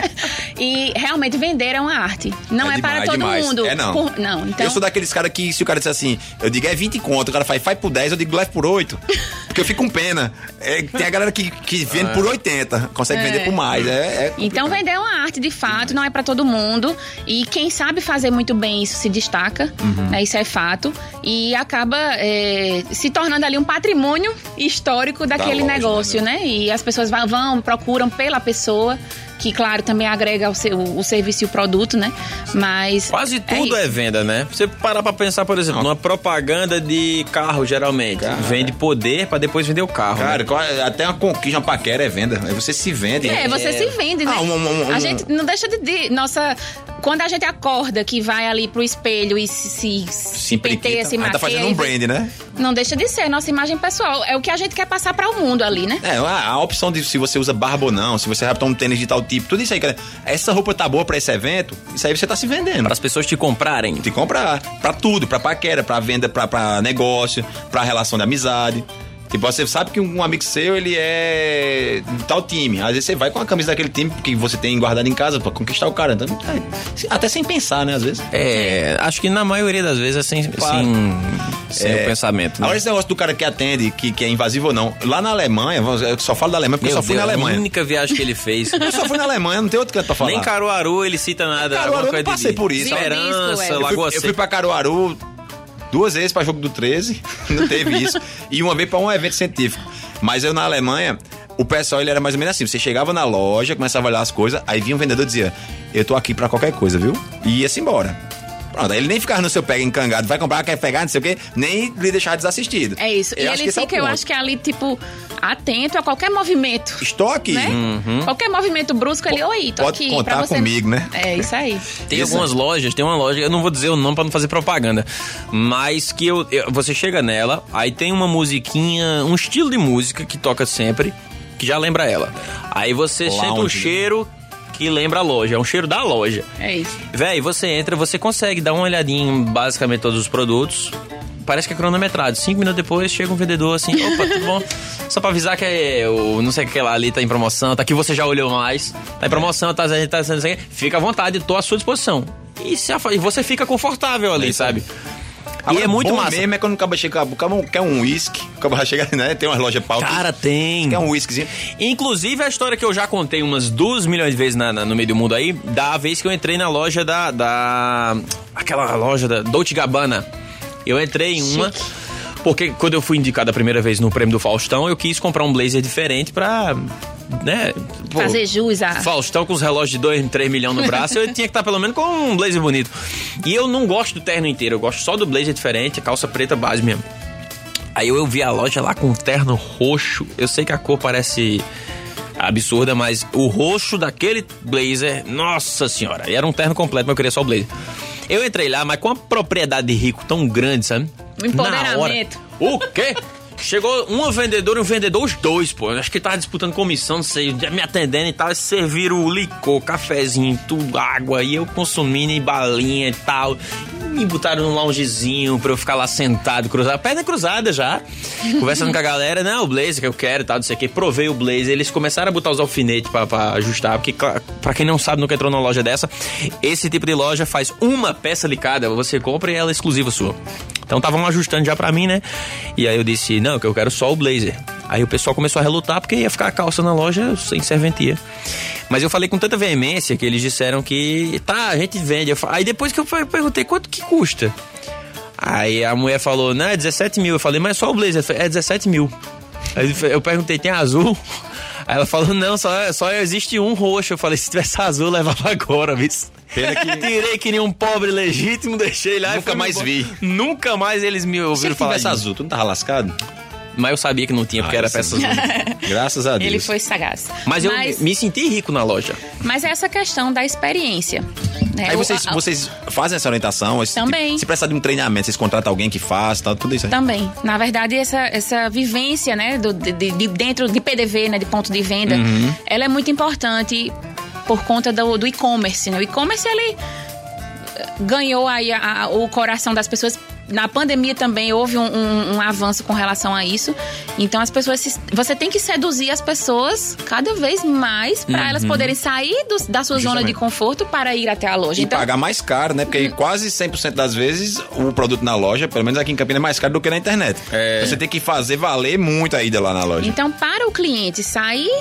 e realmente vender é uma arte. Não é,
demais,
para todo
demais.
mundo.
É não.
Por- não, então.
Eu sou daqueles caras que, se o cara disser assim, eu digo é 20 conto, o cara faz, faz por 10, eu digo leve por 8. Porque eu fico com pena. É, tem a galera que, que
Ah.
vende por 80, consegue vender por mais. É, é
Então vender é uma arte de fato, não é pra todo mundo. E quem sabe fazer muito bem isso se destaca,
Uhum.
né, isso é fato. E acaba é, se tornando ali um patrimônio histórico daquele
loja,
negócio, né? E as pessoas vão, vão, procuram pela pessoa, que claro também agrega o, seu, o serviço e o produto, né? Mas.
Quase tudo
isso.
é, venda, né? Você parar pra pensar, por exemplo, numa propaganda de carro, geralmente. Vende poder pra depois vender o carro.
Cara,
né?
qual- até uma conquista, uma paquera é venda. Aí você se vende. né?
É, você se vende, né?
Ah, um- um- um-
a gente não deixa de, de- Nossa, quando a gente acorda que vai ali pro espelho e se, se, se penteia,
emprequita.
se
Aí
maquia...
tá fazendo um
e-
brand, né?
Não deixa de ser, nossa imagem pessoal. É o que a gente quer passar para o mundo ali, né?
É, a, a opção de se você usa barba ou não, se você vai botar um tênis de tal tipo, tudo isso aí, cara. Essa roupa tá boa pra esse evento, isso aí você tá se vendendo.
Para as pessoas te comprarem.
Tem que comprar. Pra tudo, pra paquera, pra venda, pra, pra negócio, pra relação de amizade. Tipo, você sabe que um amigo seu, ele é de tal time. Às vezes você vai com a camisa daquele time que você tem guardado em casa pra conquistar o cara. Então, é, até sem pensar, né, às vezes.
É, acho que na maioria das vezes é sem,
Claro.
sem, sem
É.
o pensamento. né?
Agora, esse negócio do cara que atende, que, que é invasivo ou não. Lá na Alemanha, vamos- eu só falo da Alemanha porque eu
Meu
só fui
Deus, é
na
A
Alemanha.
única viagem que ele fez.
Eu só fui na Alemanha, não tem outro canto pra falar.
Nem Caruaru ele cita nada.
Caruaru
alguma
eu não
coisa de-
passei por isso.
Vila Bisco,
Esperança,
é.
Eu fui,
Lagoa
eu fui
Seca.
pra Caruaru duas vezes pra jogo do 13, não teve isso. e uma vez pra um evento científico. Mas eu na Alemanha, o pessoal ele era mais ou menos assim: você chegava na loja, começava a olhar as coisas, aí vinha um vendedor e dizia: Eu tô aqui pra qualquer coisa, viu? E ia-se embora. Pronto, aí ele nem ficava no seu pega encangado, vai comprar, quer pegar, não sei o quê, nem lhe deixar desassistido.
É isso.
Eu
e
acho
ele
que esse é o
fica, eu
ponto.
acho que ali, tipo, atento a qualquer movimento.
Estou aqui. hum,
Né? Qualquer movimento brusco ali, oi, tô
Uhum. Pode
aqui.
contar
pra você...
comigo, né?
É isso aí.
Tem
Isso.
algumas lojas, tem uma loja, eu não vou dizer o nome pra não fazer propaganda, mas que eu, eu- você chega nela, aí tem uma musiquinha, um estilo de música que toca sempre, que já lembra ela. Aí você sente o
Lounge.
cheiro que lembra a loja, é um cheiro da loja.
É isso.
Véi, você entra, você consegue dar uma olhadinha em basicamente todos os produtos. Parece que é cronometrado. Cinco minutos depois chega um vendedor assim, opa, tudo bom? Só pra avisar que é o não sei o que lá ali tá em promoção, tá aqui você já olhou mais, tá em promoção, tá, tá, tá não sei o que. Fica à vontade, tô à sua disposição. E, se afa- e você fica confortável
É
ali, sabe? e é muito
bom
massa.
mesmo é quando o cabo chega, o cabo quer um uísque, o cabo chega, né? Tem umas lojas pautas.
Cara, tem.
quer um uísquezinho.
Inclusive a história que eu já contei umas duas milhões de vezes na- na- no meio do mundo aí, da vez que eu entrei na loja da. da aquela loja da Dolce Gabbana. Eu entrei em uma. Porque quando eu fui indicado a primeira vez no prêmio do Faustão, eu quis comprar um blazer diferente pra. né? pô,
Fazer jus a.
Faustão com os relógios de 2, 3 milhões no braço, eu tinha que estar pelo menos com um blazer bonito. E eu não gosto do terno inteiro, eu gosto só do blazer diferente, calça preta base mesmo. Aí eu vi a loja lá com um terno roxo. Eu sei que a cor parece absurda, mas o roxo daquele blazer, nossa senhora, e era um terno completo, mas eu queria só o blazer. Eu entrei lá, mas com uma propriedade de rico tão grande, sabe?
Um empoderamento.
Na hora- o quê? Chegou uma vendedora e um vendedor, os dois, pô. Acho que tava disputando comissão, não sei, me atendendo e tal. Eles serviram licor, cafezinho, tudo, água. E eu consumindo e balinha e tal. Me botaram num loungezinho pra eu ficar lá sentado, cruzado. Perna cruzada já. Conversando com a galera. Não, o blazer que eu quero e tal, não sei o quê. Provei o blazer. Eles começaram a botar os alfinetes pra, pra ajustar. Porque, cla- pra quem não sabe, nunca entrou numa loja dessa. Esse tipo de loja faz uma peça licada. Você compra e ela é exclusiva sua. Então estavam ajustando já pra mim, né? E aí eu disse, não, que eu quero só o blazer. Aí o pessoal começou a relutar porque ia ficar a calça na loja sem serventia. Mas eu falei com tanta veemência que eles disseram que tá, a gente vende. Eu fa- Aí depois que eu per- perguntei quanto que custa. Aí a mulher falou, não, é 17 mil. Eu falei, mas só o blazer. Ela falou, É 17 mil. Aí eu perguntei, tem azul? Aí ela falou, não, só, só existe um roxo. Eu falei, se tivesse azul, levava agora, bicho.
Pena que-
Tirei que nem um pobre legítimo, deixei lá. e
Nunca
fui
mais
embora.
vi.
Nunca mais eles me
Se
ouviram
ele
falar
tivesse
disso.
azul, tu não tava lascado?
Mas eu sabia que não tinha, porque
Ah,
era
sim.
peça azul.
Graças a Deus.
é Ele foi sagaz.
Mas eu
mas,
me senti rico na loja.
mas é essa questão da experiência. né?
Aí
O-
vocês,
a-
vocês fazem essa orientação? esse tipo-
Também. Então,
se precisar de um treinamento, vocês contratam alguém que faça, tal, tudo isso né? aí.
Também. Na verdade, essa, essa vivência, né, do, de, de- de dentro de PDV, né, de ponto de venda,
Uhum.
ela é muito importante por conta do, do e-commerce, né? O e-commerce, ele eh, ganhou aí a- a- o coração das pessoas. Na pandemia também houve um, um- um avanço com relação a isso. Então as pessoas. se- você tem que seduzir as pessoas cada vez mais para elas poderem sair do- da sua zona de
Uhum. Justamente.
conforto para ir até a loja.
E
então, Uhum.
pagar mais caro, né? Porque quase 100% das vezes o produto na loja, pelo menos aqui em Campinas, é mais caro do que na internet.
É.
Então Você tem que fazer valer muito a ida lá na loja.
Então, para o cliente sair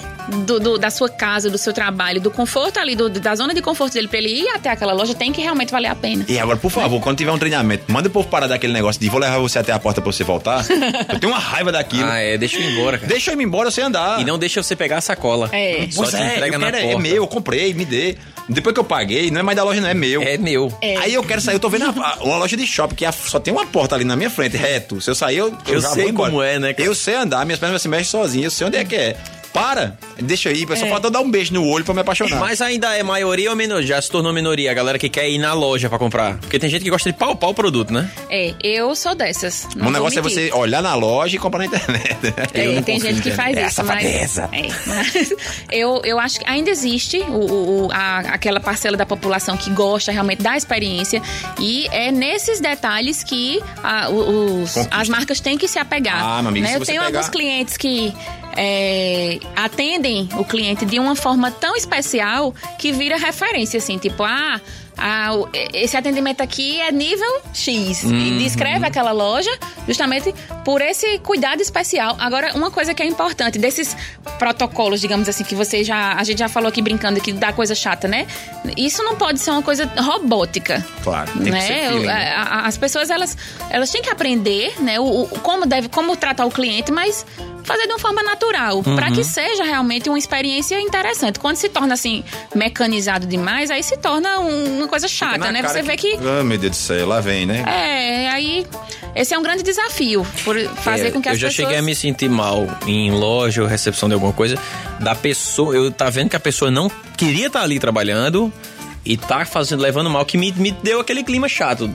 do- do- da sua casa, do seu trabalho, do conforto ali, do- da zona de conforto dele, pra ele ir até aquela loja, tem que realmente valer a pena.
E agora, por favor, quando tiver um treinamento, manda o povo parar daquele negócio de vou levar você até a porta pra você voltar. eu tenho uma raiva daquilo.
Ah, é, deixa eu ir embora, cara.
Deixa eu ir embora, eu sei andar.
E não deixa você pegar a sacola.
É.
Só
Pois
te
é,
entrega
eu
na
quero,
porta.
é meu, eu comprei, me dê. Depois que eu paguei, não é mais da loja, não é meu.
É meu.
É.
Aí eu quero sair, eu tô vendo a- a- uma loja de shopping que a- só tem uma porta ali na minha frente, reto. Se eu sair, eu,
Eu
já
sei
vou embora.
como é, né, cara?
Eu sei andar, minhas pernas se mexem sozinhas, eu sei onde é que é. Para, deixa eu ir,
É.
só falta eu dar um beijo no olho pra me
Ah.
apaixonar.
Mas ainda é maioria ou minoria? Já se tornou minoria, a galera que quer ir na loja pra comprar. Porque tem gente que gosta de palpar o produto, né?
É, eu sou dessas.
um
não vou
negócio
mentir.
é você olhar na loja e comprar na internet.
É, tem gente que faz
É
isso, mas,
safadeza.
É, mas eu, eu acho que ainda existe o, o- o- a- aquela parcela da população que gosta realmente da experiência e é nesses detalhes que a- o- os-
Conquista.
as marcas têm que se apegar.
Ah, meu amigo,
né?
se
Eu
você
tenho
pegar-
alguns clientes que é, atendem o cliente de uma forma tão especial que vira referência, assim, tipo, ah... ah, o- esse atendimento aqui é nível X.
Uhum.
E descreve aquela loja justamente por esse cuidado especial. Agora, uma coisa que é importante, desses protocolos, digamos assim, que você já. A gente já falou aqui brincando que dá coisa chata, né? Isso não pode ser uma coisa robótica
Claro, tem que ser
né?
feeling,
O-
né?
a- a- as pessoas elas, elas têm que aprender, né? O, o- como deve, como tratar o cliente, mas fazer de uma forma natural, pra
Uhum.
que seja realmente uma experiência interessante. Quando se torna assim mecanizado demais, aí se torna um- uma coisa chata,
Na
né?
cara
Você vê que
Ah, meu Deus do céu, lá vem, né?
é, aí esse é um grande desafio por fazer
É,
com que
eu
as
já
pessoas
cheguei a me sentir mal em loja ou recepção de alguma coisa da pessoa eu tá vendo que a pessoa não queria estar ali trabalhando e tá fazendo levando mal que me, me deu aquele clima chato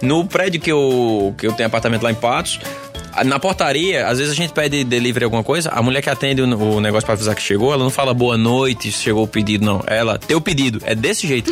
no prédio que eu que eu tenho apartamento lá em Patos Na portaria, às vezes a gente pede delivery alguma coisa, a mulher que atende o o negócio pra avisar que chegou, ela não fala boa noite, chegou o pedido, não. Ela, teu pedido, é desse jeito.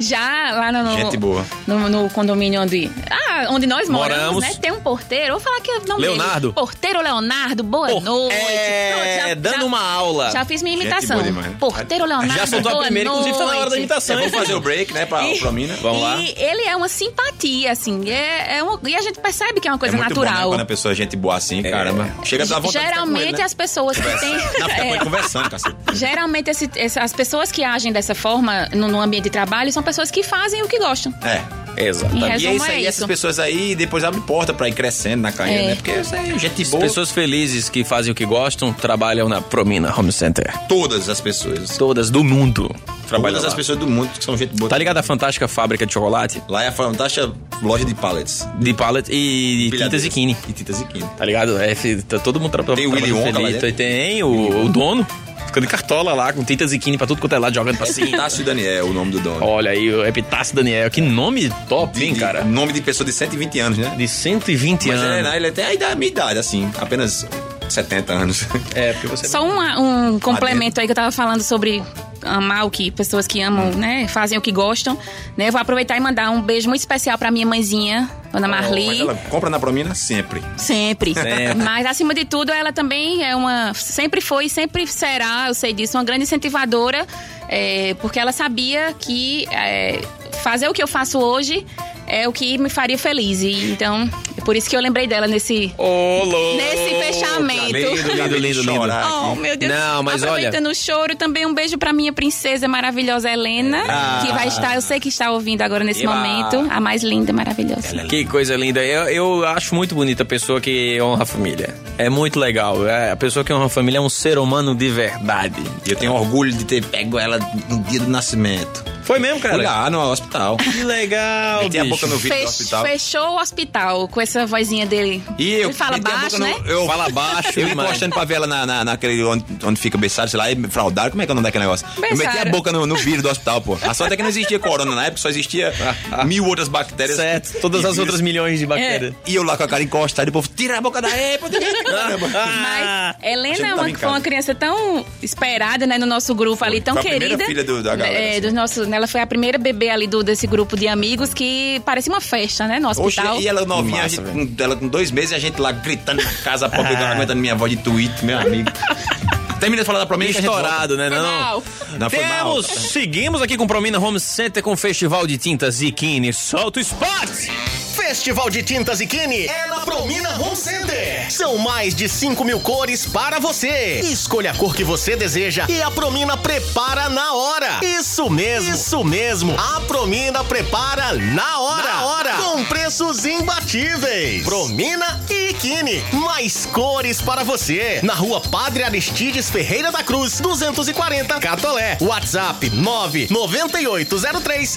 Já lá no, no-
Gente boa.
no, no condomínio onde, ah, onde nós moramos,
Moramos.
né? Tem um porteiro. Vou falar que é o nome
Leonardo.
Dele. Porteiro Leonardo, boa
Por-
noite.
é,
Pronto,
dando uma aula.
Já fiz minha imitação.
boa demais.
Porteiro Leonardo.
Já soltou a
boa
primeira, inclusive tá na hora da
noite.
imitação, hein?
Vamos fazer o break, né, pra, pra mim, né?
Vamos lá.
E ele é uma simpatia, assim. É, é uma- e a gente percebe que é uma coisa
é muito Bom, né,
natural.
quando a pessoa é gente boa assim, caramba.
É.
Chega a dar vontade
Geralmente
de
as pessoas que têm.
ficar com ele, né? Dá pra ficar né? com
É.
ele conversando, cacete.
Geralmente, esse- essa- as pessoas que agem dessa forma no, no ambiente de trabalho são pessoas que fazem o que gostam.
É.
Exato.
Em
E é
resumo,
isso aí,
é
essas
isso.
pessoas aí depois abrem porta pra ir crescendo na carreira,
É.
né? Porque isso aí, gente
As
boa.
pessoas felizes que fazem o que gostam trabalham na Promina Home Center.
todas as pessoas.
Todas do mundo trabalham
Todas
lá.
as pessoas do mundo que são gente boa.
Tá ligado à fantástica fábrica de chocolate?
Lá é a fantástica loja de pallets.
De pallet e tintas
Empilhadeiras.
e kine.
E tintas e quini.
Tá ligado? É, fi- tá todo mundo tra
Tem o Willy
trabalhando
Wonka lá
feliz.
dentro?
Tem o, o dono, ficando de cartola lá, com tintas e kine pra tudo quanto é lado, jogando pra cima.
Tássio Daniel é o nome do dono.
Olha aí, o Epitácio Daniel, que nome top, hein,
De-
cara?
Nome de pessoa de 120 anos, né?
De 120
Mas ele,
anos.
né, ele tem a idade- a minha idade, assim. Apenas 70 anos.
É, porque você...
Só uma- um complemento aí que eu tava falando sobre amar o que pessoas que
Hum.
amam, né, fazem o que gostam, né? Vou aproveitar e mandar um beijo muito especial pra minha mãezinha, Dona Marli.
Oh, Mas ela compra na Promina sempre.
Sempre.
Sempre.
Mas acima de tudo, ela também é uma. Sempre foi e sempre será, eu sei disso, uma grande incentivadora, é, porque ela sabia que é, fazer o que eu faço hoje é o que me faria feliz. E, então, é por isso que eu lembrei dela nesse.
Ô, louco!
Nesse fechamento.
Lindo, lindo, lindo, lindo.
Chorar
Oh,
aqui.
meu Deus.
Não, mas olha-
Aproveitando o choro, também um beijo pra minha princesa maravilhosa Helena, que vai estar, eu sei que está ouvindo agora nesse
É. Ah. Eba. é
momento, a mais linda, maravilhosa.
Que coisa linda. Eu, eu acho muito bonita a pessoa que honra a família. É muito legal. É, a pessoa que honra a família é um ser humano de verdade.
E eu tenho orgulho de ter pego ela no dia do nascimento.
Foi mesmo,
Fui
cara?
lá no é hospital.
Que legal,
Meti a
bicho.
boca no vidro do
Fech-
hospital.
Fechou o hospital com essa vozinha dele.
E eu
Ele fala
meti a
baixo,
boca
né?
no- Eu,
Fala baixo,
eu
hein, mano?
encostando pra ver ela na, na, naquele onde, onde fica berçário, sei lá, e fraudaram. Como é que é o nome daquele negócio? Eu meti a
Berçário.
boca no, no vírus do hospital, pô. A sorte é que não existia corona na época, só existia mil outras bactérias.
Certo. Todas
E
as
vírus.
outras milhões
É.
de bactérias.
E eu lá com a cara encostada e o povo, tira a boca daí, pô.
Ah,
Mas Helena
achei
é
que
uma,
tava em
foi uma
casa.
criança tão esperada, né, no nosso grupo ali, tão
tá Foi a primeira
querida.
filha do- da galera,
É,
assim.
dos nossos, ela foi a primeira bebê ali do, desse grupo de amigos que parecia uma festa, né, no
Oxe,
hospital.
e ela novinha,
Massa,
a gente, com- ela com dois meses, a gente lá gritando na casa, a pobre não aguentando minha voz de tweet, meu amigo. Termina de falar da promessa.
Estourado, né, não?
Não.
Não, foi mal.
Temos, seguimos aqui com o Promina Home Center com o Festival de Tintas Zikini. Solta o esporte!
Festival de Tintas e Kine é na Promina Home Center. São mais de 5 mil cores para você. Escolha a cor que você deseja e a Promina prepara na hora. Isso mesmo, isso mesmo. A Promina prepara na hora. Na hora. Com preços imbatíveis. Promina e Kine. Mais cores para você. Na rua Padre Aristides Ferreira da Cruz, 240 Catolé. WhatsApp 998030018.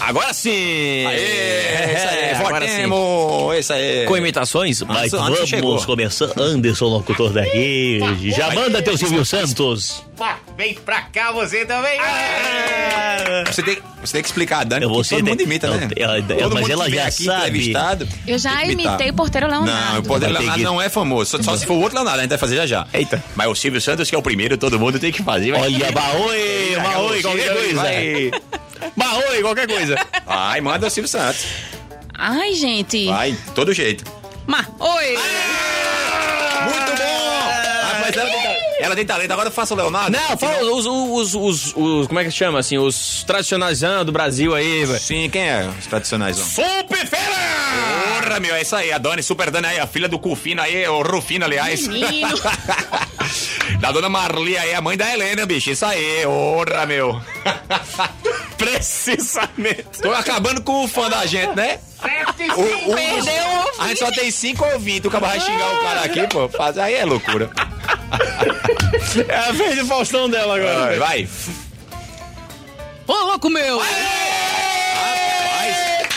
Agora sim!
É, isso aí,
agora sim.
votemos, isso aí.
Com imitações,
Mas
mas
Anderson
vamos
É. chegou.
começar. Anderson, locutor da rede. Já manda teu Silvio Santos.
Vem pra cá você também.
Você tem, você tem que explicar a Dani,
Eu vou
porque
ser
todo
de-
mundo imita,
não,
né?
é, é,
Todo
mas
mundo
ela
que vem
já
aqui
sabe.
entrevistado,
Eu já
tem que imitar.
imitei o porteiro Leonardo.
Não, o Poder
Vai ter
Leonardo
que-
não é famoso. Só, só se for o outro Leonardo, a gente vai fazer já já.
Eita.
Mas o Silvio Santos, que é o primeiro, todo mundo tem que fazer. vai.
Olha, Maoi, Maoi, qualquer coisa.
Vai.
Maoi, qualquer coisa.
Ai, manda o Silvio Santos.
Ai, gente.
Vai, todo jeito.
Ma, oi.
Muito bom! Rapaz, ela tem, ta- ela tem talento, agora faça o Leonardo.
Não, fala os, os, os, os- Como é que chama assim? Os tradicionais ah, do Brasil aí, velho.
Sim, quem é os tradicionais? Não? Super Fera! Porra, meu, é isso aí. A Dani, Super Dani aí, a filha do Cufina aí, o Rufina, aliás.
Menino.
da dona Marli aí, a mãe da Helena, bicho. Isso aí, porra, meu. Precisamente. Tô acabando com o fã da gente, né? O, o- a gente só tem cinco ouvintes, o cara vai xingar o cara aqui, pô. Faz- Aí é loucura.
É a vez do Faustão dela
Vai, vai.
Ô, louco meu.
Rapaz,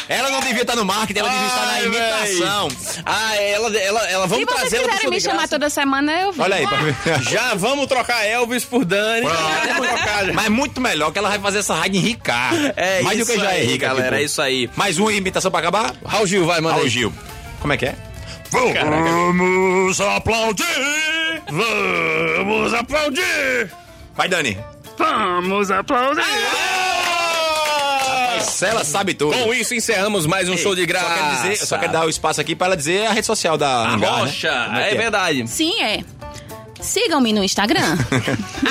Ela não devia estar no marketing, ela devia estar na
Ai,
imitação.
Ah, ela, ela, ela
Se
vamos
vocês
trazer ela pro
quiserem
show
me
de
chamar
graça.
toda semana, eu vou.
Olha aí, pra
Já vamos trocar Elvis por Dani. Já vamos trocar, já.
Mas é muito melhor que ela vai fazer essa rádio enricar.
É
Mais
isso
do que já é
aí,
rica,
galera.
tipo.
É isso aí.
Mais uma imitação pra acabar?
Raul Gil, vai, manda
Raul
aí.
Gil. Como é que é?
Vamos aplaudir! Vamos aplaudir!
Vai, Dani.
Vamos aplaudir!
Marcela sabe tudo.
Com isso encerramos mais um show de graça.
Só quero, dizer, só quero dar o espaço aqui pra ela dizer a rede social da
a
Hangar, né?
rocha.
Como que
é verdade.
Sim, é. Sigam-me no Instagram,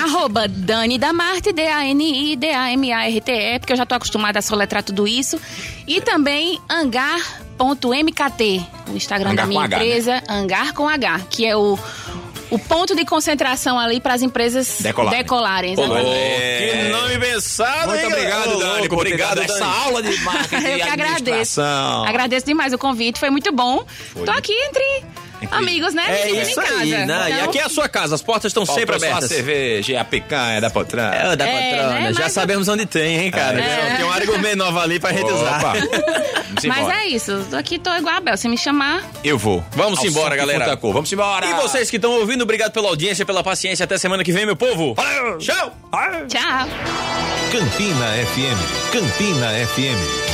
arroba Dani Damarte, D-A-N-I-D-A-M-A-R-T-E, porque eu já tô acostumada a soletrar tudo isso. E também hangar.mkt, o Instagram
Hangar
da
com
minha
H, né?
empresa, Hangar com H, que é o, o ponto de concentração ali para as empresas
Decolarem.
decolarem,
Ô, louco,
exatamente.
Que nome pensado,
Muito
hein, galera?
obrigado,
Ô,
Dani,
louco,
por ter
É. Obrigado,
dado essa
Dani.
aula de marketing
Eu
e
que agradeço.
administração.
Agradeço demais o convite, foi muito bom. Tô aqui entre amigos, né?
É
Menino em
isso
casa.
aí, né? E
Então,
aqui é a sua casa, as portas estão sempre
Faltou só
abertas.
a cerveja, é a picanha da potranca.
É, da
É,
patrona.
né?
Já
Mas-
sabemos onde tem, hein, cara?
É.
Tem uma área gourmet nova ali pra gente usar.
Opa. Vamos
Mas
embora.
é isso, tô aqui, tô igual a Bel, se me chamar...
Eu vou.
Vamos
Ao
embora,
som que
galera.
for da cor. Vamos embora.
E vocês que estão ouvindo, obrigado pela audiência, pela paciência. Até semana que vem, meu povo. Tchau!
Tchau!
Campina FM. Campina FM.